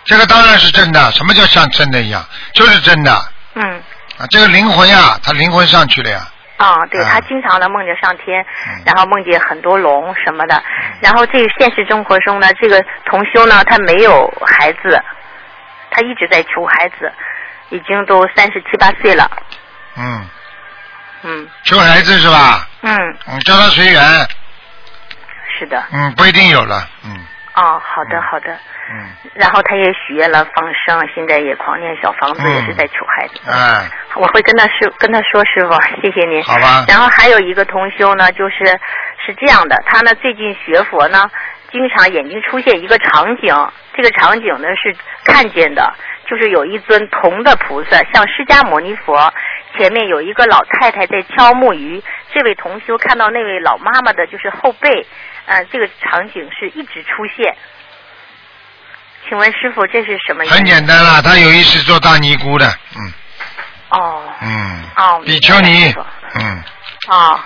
[SPEAKER 2] 这个当然是真的。什么叫像真的一样？就是真的啊！
[SPEAKER 6] 嗯，
[SPEAKER 2] 这个灵魂呀，他灵魂上去了呀。
[SPEAKER 6] 啊，对
[SPEAKER 2] 啊嗯
[SPEAKER 6] 他经常的梦见上天，然后梦见很多龙什么的。然后这个现实生活中呢，这个同修呢，他没有孩子，他一直在求孩子，已经都三十七八岁了。
[SPEAKER 2] 嗯，
[SPEAKER 6] 嗯
[SPEAKER 2] 求孩子是吧？
[SPEAKER 6] 嗯，
[SPEAKER 2] 嗯，叫他随缘。
[SPEAKER 6] 是的。
[SPEAKER 2] 嗯，不一定有了。嗯
[SPEAKER 6] 哦，好的好的。
[SPEAKER 2] 嗯。
[SPEAKER 6] 然后他也许愿了放生，现在也狂念小房子，
[SPEAKER 2] 嗯
[SPEAKER 6] 也是在求孩子。
[SPEAKER 2] 哎，
[SPEAKER 6] 我会跟他师跟他说师傅，谢谢您。
[SPEAKER 2] 好吧
[SPEAKER 6] 然后还有一个同修呢，就是是这样的，他呢最近学佛呢，经常眼睛出现一个场景，这个场景呢是看见的，就是有一尊铜的菩萨，像释迦牟尼佛，前面有一个老太太在敲木鱼。这位同修看到那位老妈妈的就是后背，嗯、这个场景是一直出现。请问师傅，这是什么意思？
[SPEAKER 2] 很简单啦，他有一次做大尼姑的。嗯
[SPEAKER 6] 哦
[SPEAKER 2] 嗯，
[SPEAKER 6] 哦，
[SPEAKER 2] 比丘尼
[SPEAKER 6] 明白了。
[SPEAKER 2] 嗯
[SPEAKER 6] 哦，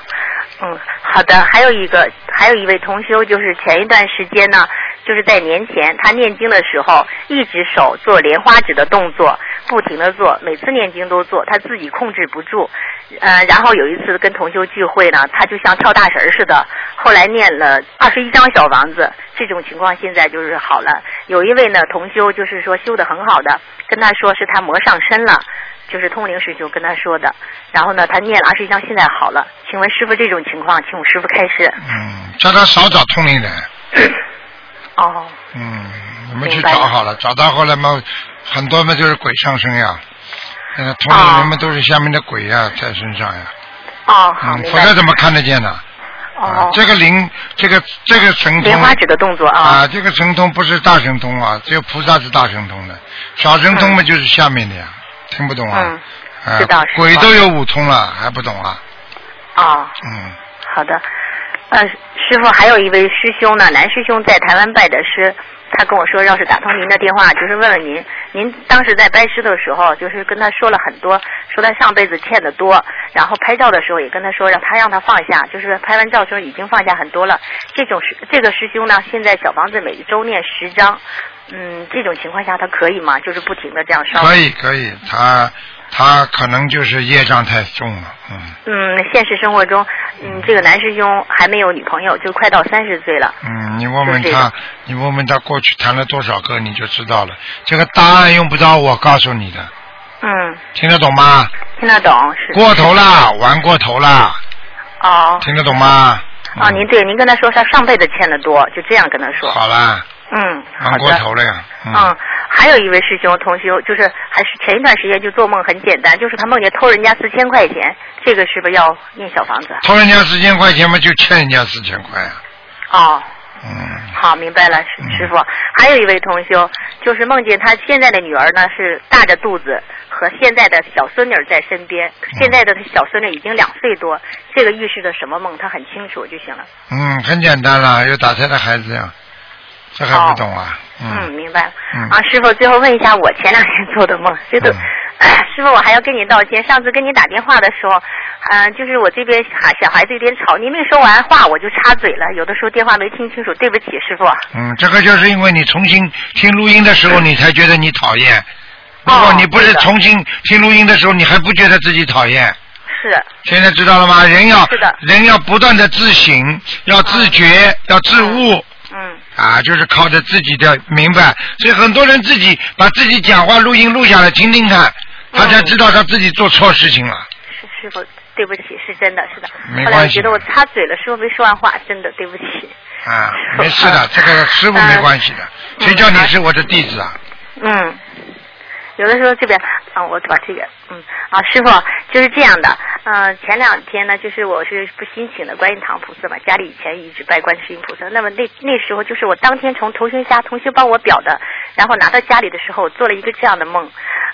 [SPEAKER 6] 嗯，好的。还有一个，还有一位同修，就是前一段时间呢，就是在年前他念经的时候，一只手做莲花指的动作，不停的做，每次念经都做，他自己控制不住。呃，然后有一次跟同修聚会呢，他就像跳大神儿似的，后来念了二十一张小房子，这种情况现在就是好了。有一位呢同修就是说修的很好的，跟他说是他魔上身了。就是通灵师就跟他说的，然后呢，他念了二十一章，现在好了。请问师傅这种情况，请我师傅开示。
[SPEAKER 2] 嗯，叫他少找通灵人。
[SPEAKER 6] 哦，
[SPEAKER 2] 嗯，你们去找好了，找到后来嘛，很多嘛就是鬼上身呀，呃，同龄人们都是下面的鬼呀、在身上呀，
[SPEAKER 6] 哦，好，
[SPEAKER 2] 嗯，
[SPEAKER 6] 明
[SPEAKER 2] 否
[SPEAKER 6] 白
[SPEAKER 2] 则。怎么看得见呢？啊
[SPEAKER 6] 哦，
[SPEAKER 2] 这个灵，这个这个神通，
[SPEAKER 6] 莲花指的动作啊
[SPEAKER 2] 啊，这个神通不是大神通啊，只有菩萨是大神通的，小神通嘛就是下面的呀，听不懂啊？啊
[SPEAKER 6] 嗯知道知道
[SPEAKER 2] 鬼都有五通了，还不懂啊？
[SPEAKER 6] 哦，
[SPEAKER 2] 嗯，
[SPEAKER 6] 好的。呃，师傅还有一位师兄呢，男师兄在台湾拜的师，他跟我说，要是打通您的电话，就是问问您，您当时在拜师的时候，就是跟他说了很多，说他上辈子欠的多，然后拍照的时候也跟他说，让他让他放下，就是拍完照之后已经放下很多了。这种师这个师兄呢，现在小房子每周念十张，嗯，这种情况下他可以吗？就是不停的这样烧。
[SPEAKER 2] 可以。可以，他他可能就是业障太重了，嗯
[SPEAKER 6] 嗯，现实生活中，嗯，这个男师兄还没有女朋友，就快到三十岁了。
[SPEAKER 2] 嗯，你问问
[SPEAKER 6] 就这
[SPEAKER 2] 他
[SPEAKER 6] 个，
[SPEAKER 2] 你问问他过去谈了多少个，你就知道了。这个答案用不着我告诉你的，
[SPEAKER 6] 嗯，
[SPEAKER 2] 听得懂吗？
[SPEAKER 6] 听得懂是。
[SPEAKER 2] 过头啦，玩过头啦，
[SPEAKER 6] 哦
[SPEAKER 2] 听得懂吗？嗯
[SPEAKER 6] 哦，您对，您跟他说他上辈子欠的多，就这样跟他说。
[SPEAKER 2] 好啦，
[SPEAKER 6] 嗯，好
[SPEAKER 2] 玩过
[SPEAKER 6] 的。
[SPEAKER 2] 头了呀。嗯，
[SPEAKER 6] 嗯，还有一位师兄同修，就是还是前一段时间就做梦很简单，就是他梦见偷人家四千块钱，这个是不是要念小房子？啊
[SPEAKER 2] 偷人家四千块钱嘛，就欠人家四千块啊。
[SPEAKER 6] 哦，
[SPEAKER 2] 嗯，
[SPEAKER 6] 好，明白了，师师傅。还有一位同修，就是梦见他现在的女儿呢是大着肚子，和现在的小孙女儿在身边。
[SPEAKER 2] 嗯
[SPEAKER 6] 现在的小孙女已经两岁多，这个预示着什么梦？他很清楚就行了。
[SPEAKER 2] 嗯，很简单啦，有打胎的孩子呀，这还不懂啊？
[SPEAKER 6] 嗯，明白了。
[SPEAKER 2] 嗯
[SPEAKER 6] 啊，师傅，最后问一下，我前两天做的梦，觉得、师傅，我还要跟你道歉。上次跟你打电话的时候，嗯、就是我这边孩小孩子有点吵，您没说完话我就插嘴了，有的时候电话没听清楚，对不起，师傅。
[SPEAKER 2] 嗯，这个就是因为你重新听录音的时
[SPEAKER 6] 嗯
[SPEAKER 2] 候，你才觉得你讨厌。如
[SPEAKER 6] 哦
[SPEAKER 2] 果你不是重新听录音的时候，你还不觉得自己讨厌。
[SPEAKER 6] 是，
[SPEAKER 2] 现在知道了吗？人要
[SPEAKER 6] 是的
[SPEAKER 2] 人要不断的自省，要自觉，要自悟。
[SPEAKER 6] 嗯。
[SPEAKER 2] 啊，就是靠着自己的明白，所以很多人自己把自己讲话录音录下来听听看，他
[SPEAKER 6] 嗯
[SPEAKER 2] 才知道他自己做错事情了。
[SPEAKER 6] 是师傅，对不起，是真的，是的。
[SPEAKER 2] 没
[SPEAKER 6] 后来我
[SPEAKER 2] 关系
[SPEAKER 6] 觉得我插嘴了，师傅没说完话，真的对不起。
[SPEAKER 2] 啊，没事的，这个师傅没关系的，谁叫你是我的弟子啊？
[SPEAKER 6] 嗯，有的时候这边啊，我把这个嗯啊，师傅就是这样的。嗯、前两天呢，就是我是不新请的观音堂菩萨嘛，家里以前一直拜观世音菩萨。那么那那时候就是我当天从同学家，同学帮我表的，然后拿到家里的时候，我做了一个这样的梦。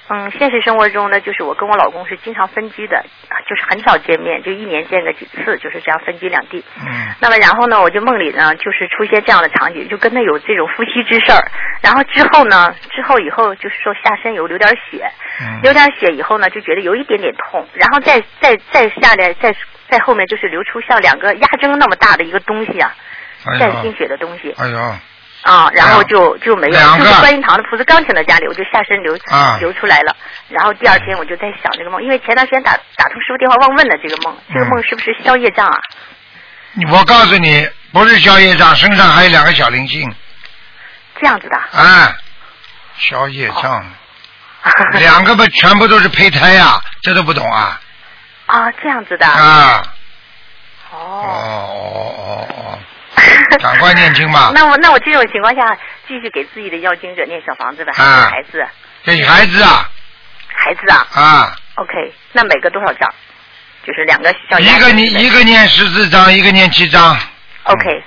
[SPEAKER 6] 嗯，现实生活中呢，就是我跟我老公是经常分居的，啊就是很少见面，就一年见个几次，就是这样分居两地。
[SPEAKER 2] 嗯
[SPEAKER 6] 那么然后呢，我就梦里呢，就是出现这样的场景，就跟他有这种夫妻之事儿。然后之后呢，之后以后就是说下身有流点血，
[SPEAKER 2] 嗯
[SPEAKER 6] 流点血以后呢，就觉得有一点点痛，然后再再再下来，再再后面就是流出像两个压针那么大的一个东西啊，
[SPEAKER 2] 哎
[SPEAKER 6] 带经
[SPEAKER 2] 呦，
[SPEAKER 6] 血的东西。
[SPEAKER 2] 哎呦，
[SPEAKER 6] 啊，然后就就没有，
[SPEAKER 2] 两个
[SPEAKER 6] 就是观音堂的菩萨刚请到家里，我就下身流、
[SPEAKER 2] 啊
[SPEAKER 6] 流出来了。然后第二天我就在想这个梦，因为前段时间打打通师傅电话忘问了这个梦，这个
[SPEAKER 2] 嗯
[SPEAKER 6] 梦是不是宵夜障啊？
[SPEAKER 2] 你我告诉你，不是宵夜障，身上还有两个小灵性
[SPEAKER 6] 这样子的啊，
[SPEAKER 2] 啊，宵夜障，
[SPEAKER 6] 哦
[SPEAKER 2] 两个不全部都是胚胎呀、这都不懂啊？
[SPEAKER 6] 啊，这样子的。，
[SPEAKER 2] 啊，哦哦哦哦，赶快念经吧
[SPEAKER 6] 那我那我这种情况下，继续给自己的要经者念小房子吧，还
[SPEAKER 2] 啊
[SPEAKER 6] 是孩子
[SPEAKER 2] 给孩子啊
[SPEAKER 6] 孩子啊
[SPEAKER 2] 啊，
[SPEAKER 6] ，OK，那每个多少张？就是两个小
[SPEAKER 2] 一个念一个念十四章，一个念七章，
[SPEAKER 6] ，OK，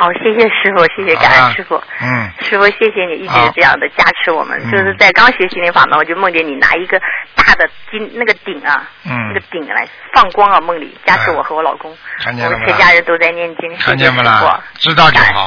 [SPEAKER 6] 好，谢谢师傅，谢谢感
[SPEAKER 2] 好啊
[SPEAKER 6] 恩师傅。
[SPEAKER 2] 嗯，
[SPEAKER 6] 师傅，谢谢你一直
[SPEAKER 2] 好
[SPEAKER 6] 这样的加持我们。
[SPEAKER 2] 嗯
[SPEAKER 6] 就是在刚学心灵法门，我就梦见你拿一个大的金那个鼎啊，
[SPEAKER 2] 嗯哎
[SPEAKER 6] 那个鼎来放光啊，梦里加持我和我老公，
[SPEAKER 2] 看
[SPEAKER 6] 我
[SPEAKER 2] 见了
[SPEAKER 6] 们
[SPEAKER 2] 吗？
[SPEAKER 6] 全家人都在念经，
[SPEAKER 2] 看见
[SPEAKER 6] 没
[SPEAKER 2] 不啦？知道就好。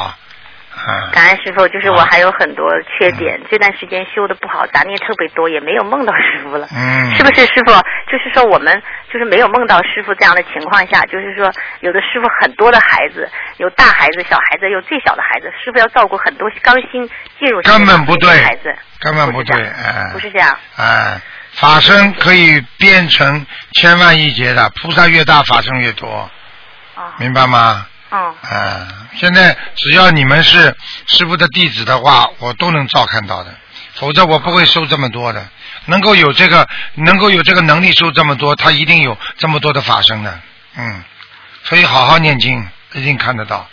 [SPEAKER 2] 啊，嗯
[SPEAKER 6] 感恩师傅，就是我还有很多缺点，这段时间修的不好，杂念特别多，也没有梦到师傅了。
[SPEAKER 2] 嗯，
[SPEAKER 6] 是不是师傅？就是说我们就是没有梦到师傅这样的情况下，就是说有的师傅很多的孩子，有大孩子、小孩子，有最小的孩子，师傅要照顾很多刚新进入
[SPEAKER 2] 根本不对
[SPEAKER 6] 新的孩子，
[SPEAKER 2] 根本不对，
[SPEAKER 6] 不
[SPEAKER 2] 哎
[SPEAKER 6] 是这样。
[SPEAKER 2] 哎，法身可以变成千万亿劫的，菩萨越大，法身越多，明白吗？
[SPEAKER 6] 啊嗯，
[SPEAKER 2] 啊，现在只要你们是师傅的弟子的话，我都能照看到的，否则我不会收这么多的。能够有这个，能够有这个能力收这么多，他一定有这么多的法身的，嗯，所以好好念经，一定看得到。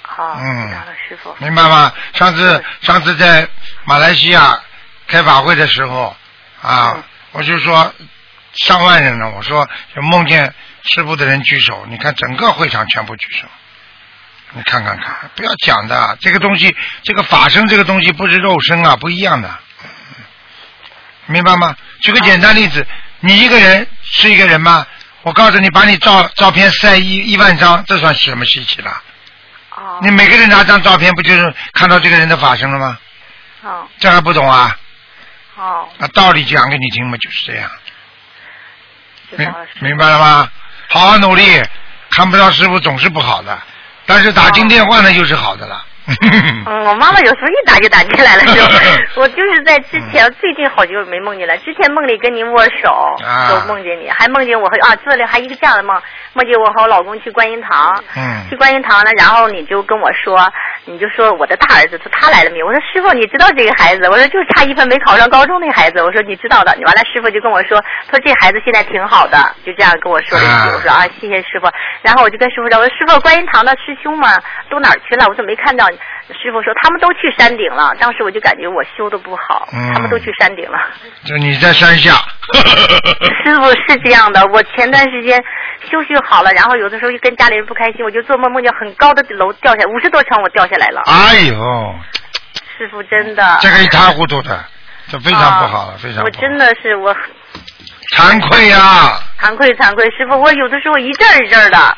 [SPEAKER 6] 好，
[SPEAKER 2] 嗯
[SPEAKER 6] 知道了，师傅。
[SPEAKER 2] 明白吗？上次上次在马来西亚开法会的时候啊，我就说上万人了，我说有梦见师傅的人举手，你看整个会场全部举手，你看看看，不要讲的，这个东西，这个法身这个东西不是肉身啊，不一样的，明白吗？举个简单例子，你一个人是一个人吗？我告诉你，把你照照片晒一一万张，这算什么稀奇了？
[SPEAKER 6] 啊
[SPEAKER 2] 你每个人拿张照片，不就是看到这个人的法身了吗？
[SPEAKER 6] 哦
[SPEAKER 2] 这还不懂啊？
[SPEAKER 6] 哦，
[SPEAKER 2] 那道理讲给你听嘛，就是这样。
[SPEAKER 6] 知道
[SPEAKER 2] 明
[SPEAKER 6] 了，师
[SPEAKER 2] 明白了吗？好好努力，看不到师傅总是不好的，但是打进电话呢又是好的了。
[SPEAKER 6] 嗯，我妈妈有时候一打就打进来了，就 我就是在之前、
[SPEAKER 2] 嗯
[SPEAKER 6] 最近好久没梦见了，之前梦里跟您握手，
[SPEAKER 2] 啊
[SPEAKER 6] 都梦见你，还梦见我和啊做了还一个这样的梦，梦见我和我老公去观音堂，
[SPEAKER 2] 嗯
[SPEAKER 6] 去观音堂呢，然后你就跟我说，你就说我的大儿子他他来了没有？我说师傅你知道这个孩子？我说就是差一分没考上高中那孩子，我说你知道的。你完了师傅就跟我说，他说这孩子现在挺好的，就这样跟我说了一句，
[SPEAKER 11] 啊
[SPEAKER 6] 我说啊谢谢师傅。
[SPEAKER 2] 嗯
[SPEAKER 6] 然后我就跟师傅说，我说师傅观音堂的师兄们都哪儿去了？我怎么没看到你？师傅说他们都去山顶了。当时我就感觉我修的不好，
[SPEAKER 2] 嗯
[SPEAKER 6] 他们都去山顶了。
[SPEAKER 2] 就你在山下，
[SPEAKER 6] 师 傅是这样的，我前段时间休息好了，然后有的时候就跟家里人不开心，我就做梦梦见很高的楼掉下，五十多层我掉下来了。
[SPEAKER 2] 哎呦，
[SPEAKER 6] 师傅真的，啊
[SPEAKER 2] 这个一塌糊涂的，这非常不好了，非常
[SPEAKER 6] 哦我
[SPEAKER 2] 不好
[SPEAKER 6] 真的是我
[SPEAKER 2] 惭愧呀、
[SPEAKER 6] 惭愧惭愧，师傅，我有的时候一阵儿一阵儿的。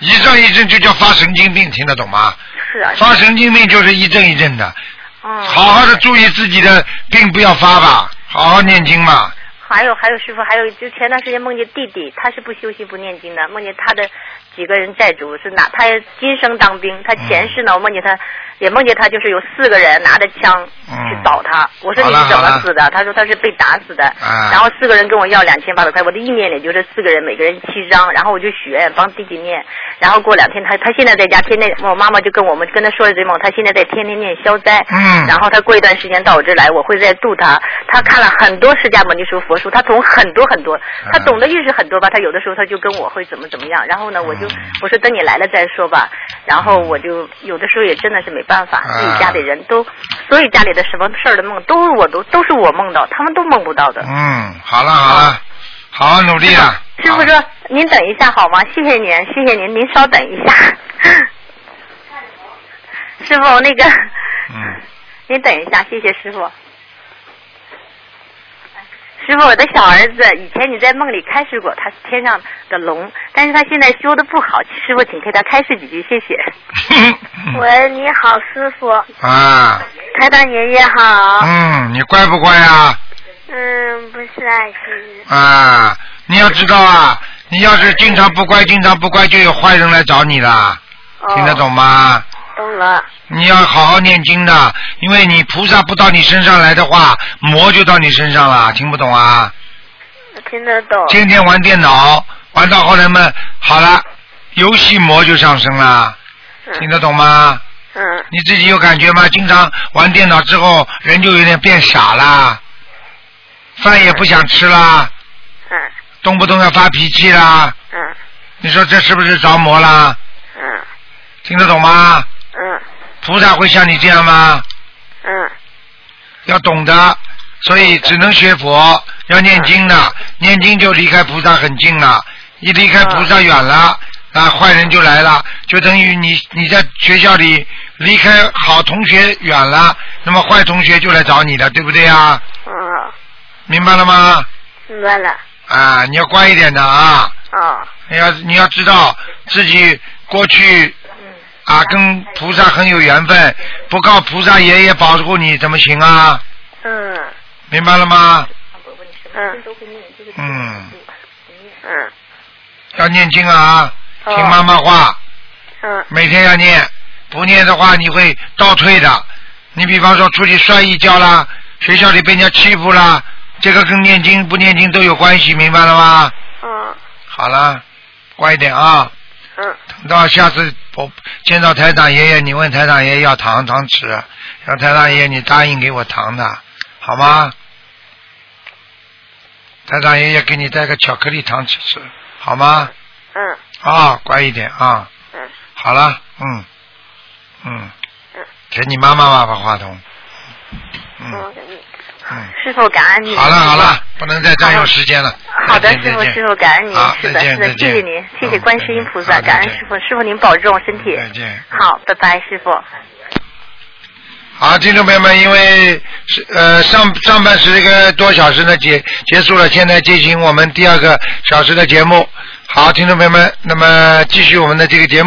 [SPEAKER 2] 一阵一阵就叫发神经病，听得懂吗？
[SPEAKER 6] 是啊，嗯
[SPEAKER 2] 发神经病就是一阵一阵的。好好的注意自己的病，不要发吧，好好念经嘛。
[SPEAKER 6] 还有还有师傅，还有就前段时间梦见弟弟，他是不修习不念经的，梦见他的几个人债主是哪？他今生当兵，他
[SPEAKER 11] 嗯
[SPEAKER 6] 前世呢，我梦见他，也梦见他就是有四个人拿着枪去找他。我说
[SPEAKER 11] 好
[SPEAKER 6] 你
[SPEAKER 11] 了
[SPEAKER 6] 是怎
[SPEAKER 11] 嗯好
[SPEAKER 6] 么
[SPEAKER 11] 了
[SPEAKER 6] 死的？他说他是被打死的。
[SPEAKER 11] 啊
[SPEAKER 6] 然后四个人跟我要两千八百块，我的意念里就是四个人每个人七张，然后我就许愿帮弟弟念。然后过两天他他现在在家天天，我妈妈就跟我们跟他说了这梦，他现在在天天念消灾。
[SPEAKER 11] 嗯
[SPEAKER 6] 然后他过一段时间到我这儿来，我会再度他。他看了很多释迦牟尼书、佛书，他懂很多很多，他懂的越是很多吧，他有的时候他就跟我会怎么怎么样。然后呢，我就我说等你来了再说吧。然后我就有的时候也真的是没办法，自己家里人都，所以家里的什么事儿的梦都是我都都是我梦到，他们都梦不到的。
[SPEAKER 2] 嗯，好了好了，好好努力啊。
[SPEAKER 6] 师傅说：“您等一下好吗？谢谢您，谢谢您，您稍等一下。 师傅，那个，
[SPEAKER 2] 嗯，
[SPEAKER 6] 您等一下，谢谢师傅。师傅，我的小儿子以前你在梦里开示过，他是天上的龙，但是他现在修的不好，师傅请给他开示几句，谢谢。
[SPEAKER 12] 喂，你好，师傅，
[SPEAKER 2] 啊，
[SPEAKER 12] 台长爷爷好。
[SPEAKER 2] 嗯，你乖不乖啊？
[SPEAKER 12] 嗯，不是啊，是
[SPEAKER 2] 啊，你要知道啊，你要是经常不乖，经常不乖，就有坏人来找你了，听得懂吗？
[SPEAKER 12] 哦懂了。
[SPEAKER 2] 你要好好念经的，因为你菩萨不到你身上来的话，魔就到你身上了，听不懂啊？
[SPEAKER 12] 听得懂。
[SPEAKER 2] 天天玩电脑，玩到后来嘛，好了，游戏魔就上升了，听得懂吗？
[SPEAKER 12] 嗯。
[SPEAKER 2] 你自己有感觉吗？经常玩电脑之后，人就有点变傻啦，饭也不想吃啦，
[SPEAKER 12] 嗯
[SPEAKER 2] 动不动要发脾气啦，
[SPEAKER 12] 嗯
[SPEAKER 2] 你说这是不是着魔啦？
[SPEAKER 12] 嗯
[SPEAKER 2] 听得懂吗？
[SPEAKER 12] 嗯
[SPEAKER 2] 菩萨会像你这样吗？
[SPEAKER 12] 嗯
[SPEAKER 2] 要懂得，所以只能学佛，要念经的，念经就离开菩萨很近了，一离开菩萨远了，啊，坏人就来了，就等于你你在学校里离开好同学远了，那么坏同学就来找你了，对不对啊？
[SPEAKER 12] 嗯，
[SPEAKER 2] 明白了吗？
[SPEAKER 12] 明白了。
[SPEAKER 2] 啊，你要乖一点的啊，
[SPEAKER 12] 哦，
[SPEAKER 2] 你要你要知道自己过去啊，跟菩萨很有缘分，不靠菩萨爷爷保护你怎么行啊？
[SPEAKER 12] 嗯
[SPEAKER 2] 明白了吗？
[SPEAKER 12] 嗯
[SPEAKER 2] 嗯，
[SPEAKER 12] 嗯
[SPEAKER 2] 要念经啊，
[SPEAKER 12] 哦
[SPEAKER 2] 听妈妈话，
[SPEAKER 12] 嗯
[SPEAKER 2] 每天要念，不念的话你会倒退的。你比方说出去摔一跤啦，学校里被人家欺负啦，这个跟念经不念经都有关系，明白了吗？
[SPEAKER 12] 嗯
[SPEAKER 2] 好了，乖一点啊。
[SPEAKER 12] 嗯。
[SPEAKER 2] 等到下次我见到台长爷爷，你问台长爷爷要糖糖吃，让台长爷爷你答应给我糖的，好吗？台长爷爷给你带个巧克力糖吃吃，好吗？
[SPEAKER 12] 嗯
[SPEAKER 2] 啊、乖一点啊。
[SPEAKER 12] 嗯。
[SPEAKER 2] 好了，嗯，嗯
[SPEAKER 12] 嗯，
[SPEAKER 2] 给你妈妈吧，把话筒。
[SPEAKER 12] 哦
[SPEAKER 2] 嗯嗯，
[SPEAKER 6] 师傅感恩你。
[SPEAKER 2] 好了好了，不能再占用时间了。
[SPEAKER 6] 好的
[SPEAKER 2] 再，见
[SPEAKER 6] 师傅，
[SPEAKER 2] 再见
[SPEAKER 6] 师傅，感恩您
[SPEAKER 2] 好，
[SPEAKER 6] 是
[SPEAKER 2] 再
[SPEAKER 6] 的，
[SPEAKER 2] 见
[SPEAKER 6] 是的
[SPEAKER 2] 再，
[SPEAKER 6] 谢
[SPEAKER 2] 见
[SPEAKER 6] 谢您，谢谢观世音菩萨，感恩师傅，师傅您保重身体。
[SPEAKER 2] 再见。
[SPEAKER 6] 好，拜拜，师傅。
[SPEAKER 2] 好，听众朋友们，因为是呃上上半时一个多小时呢结结束了，现在进行我们第二个小时的节目。好，听众朋友们，那么继续我们的这个节目。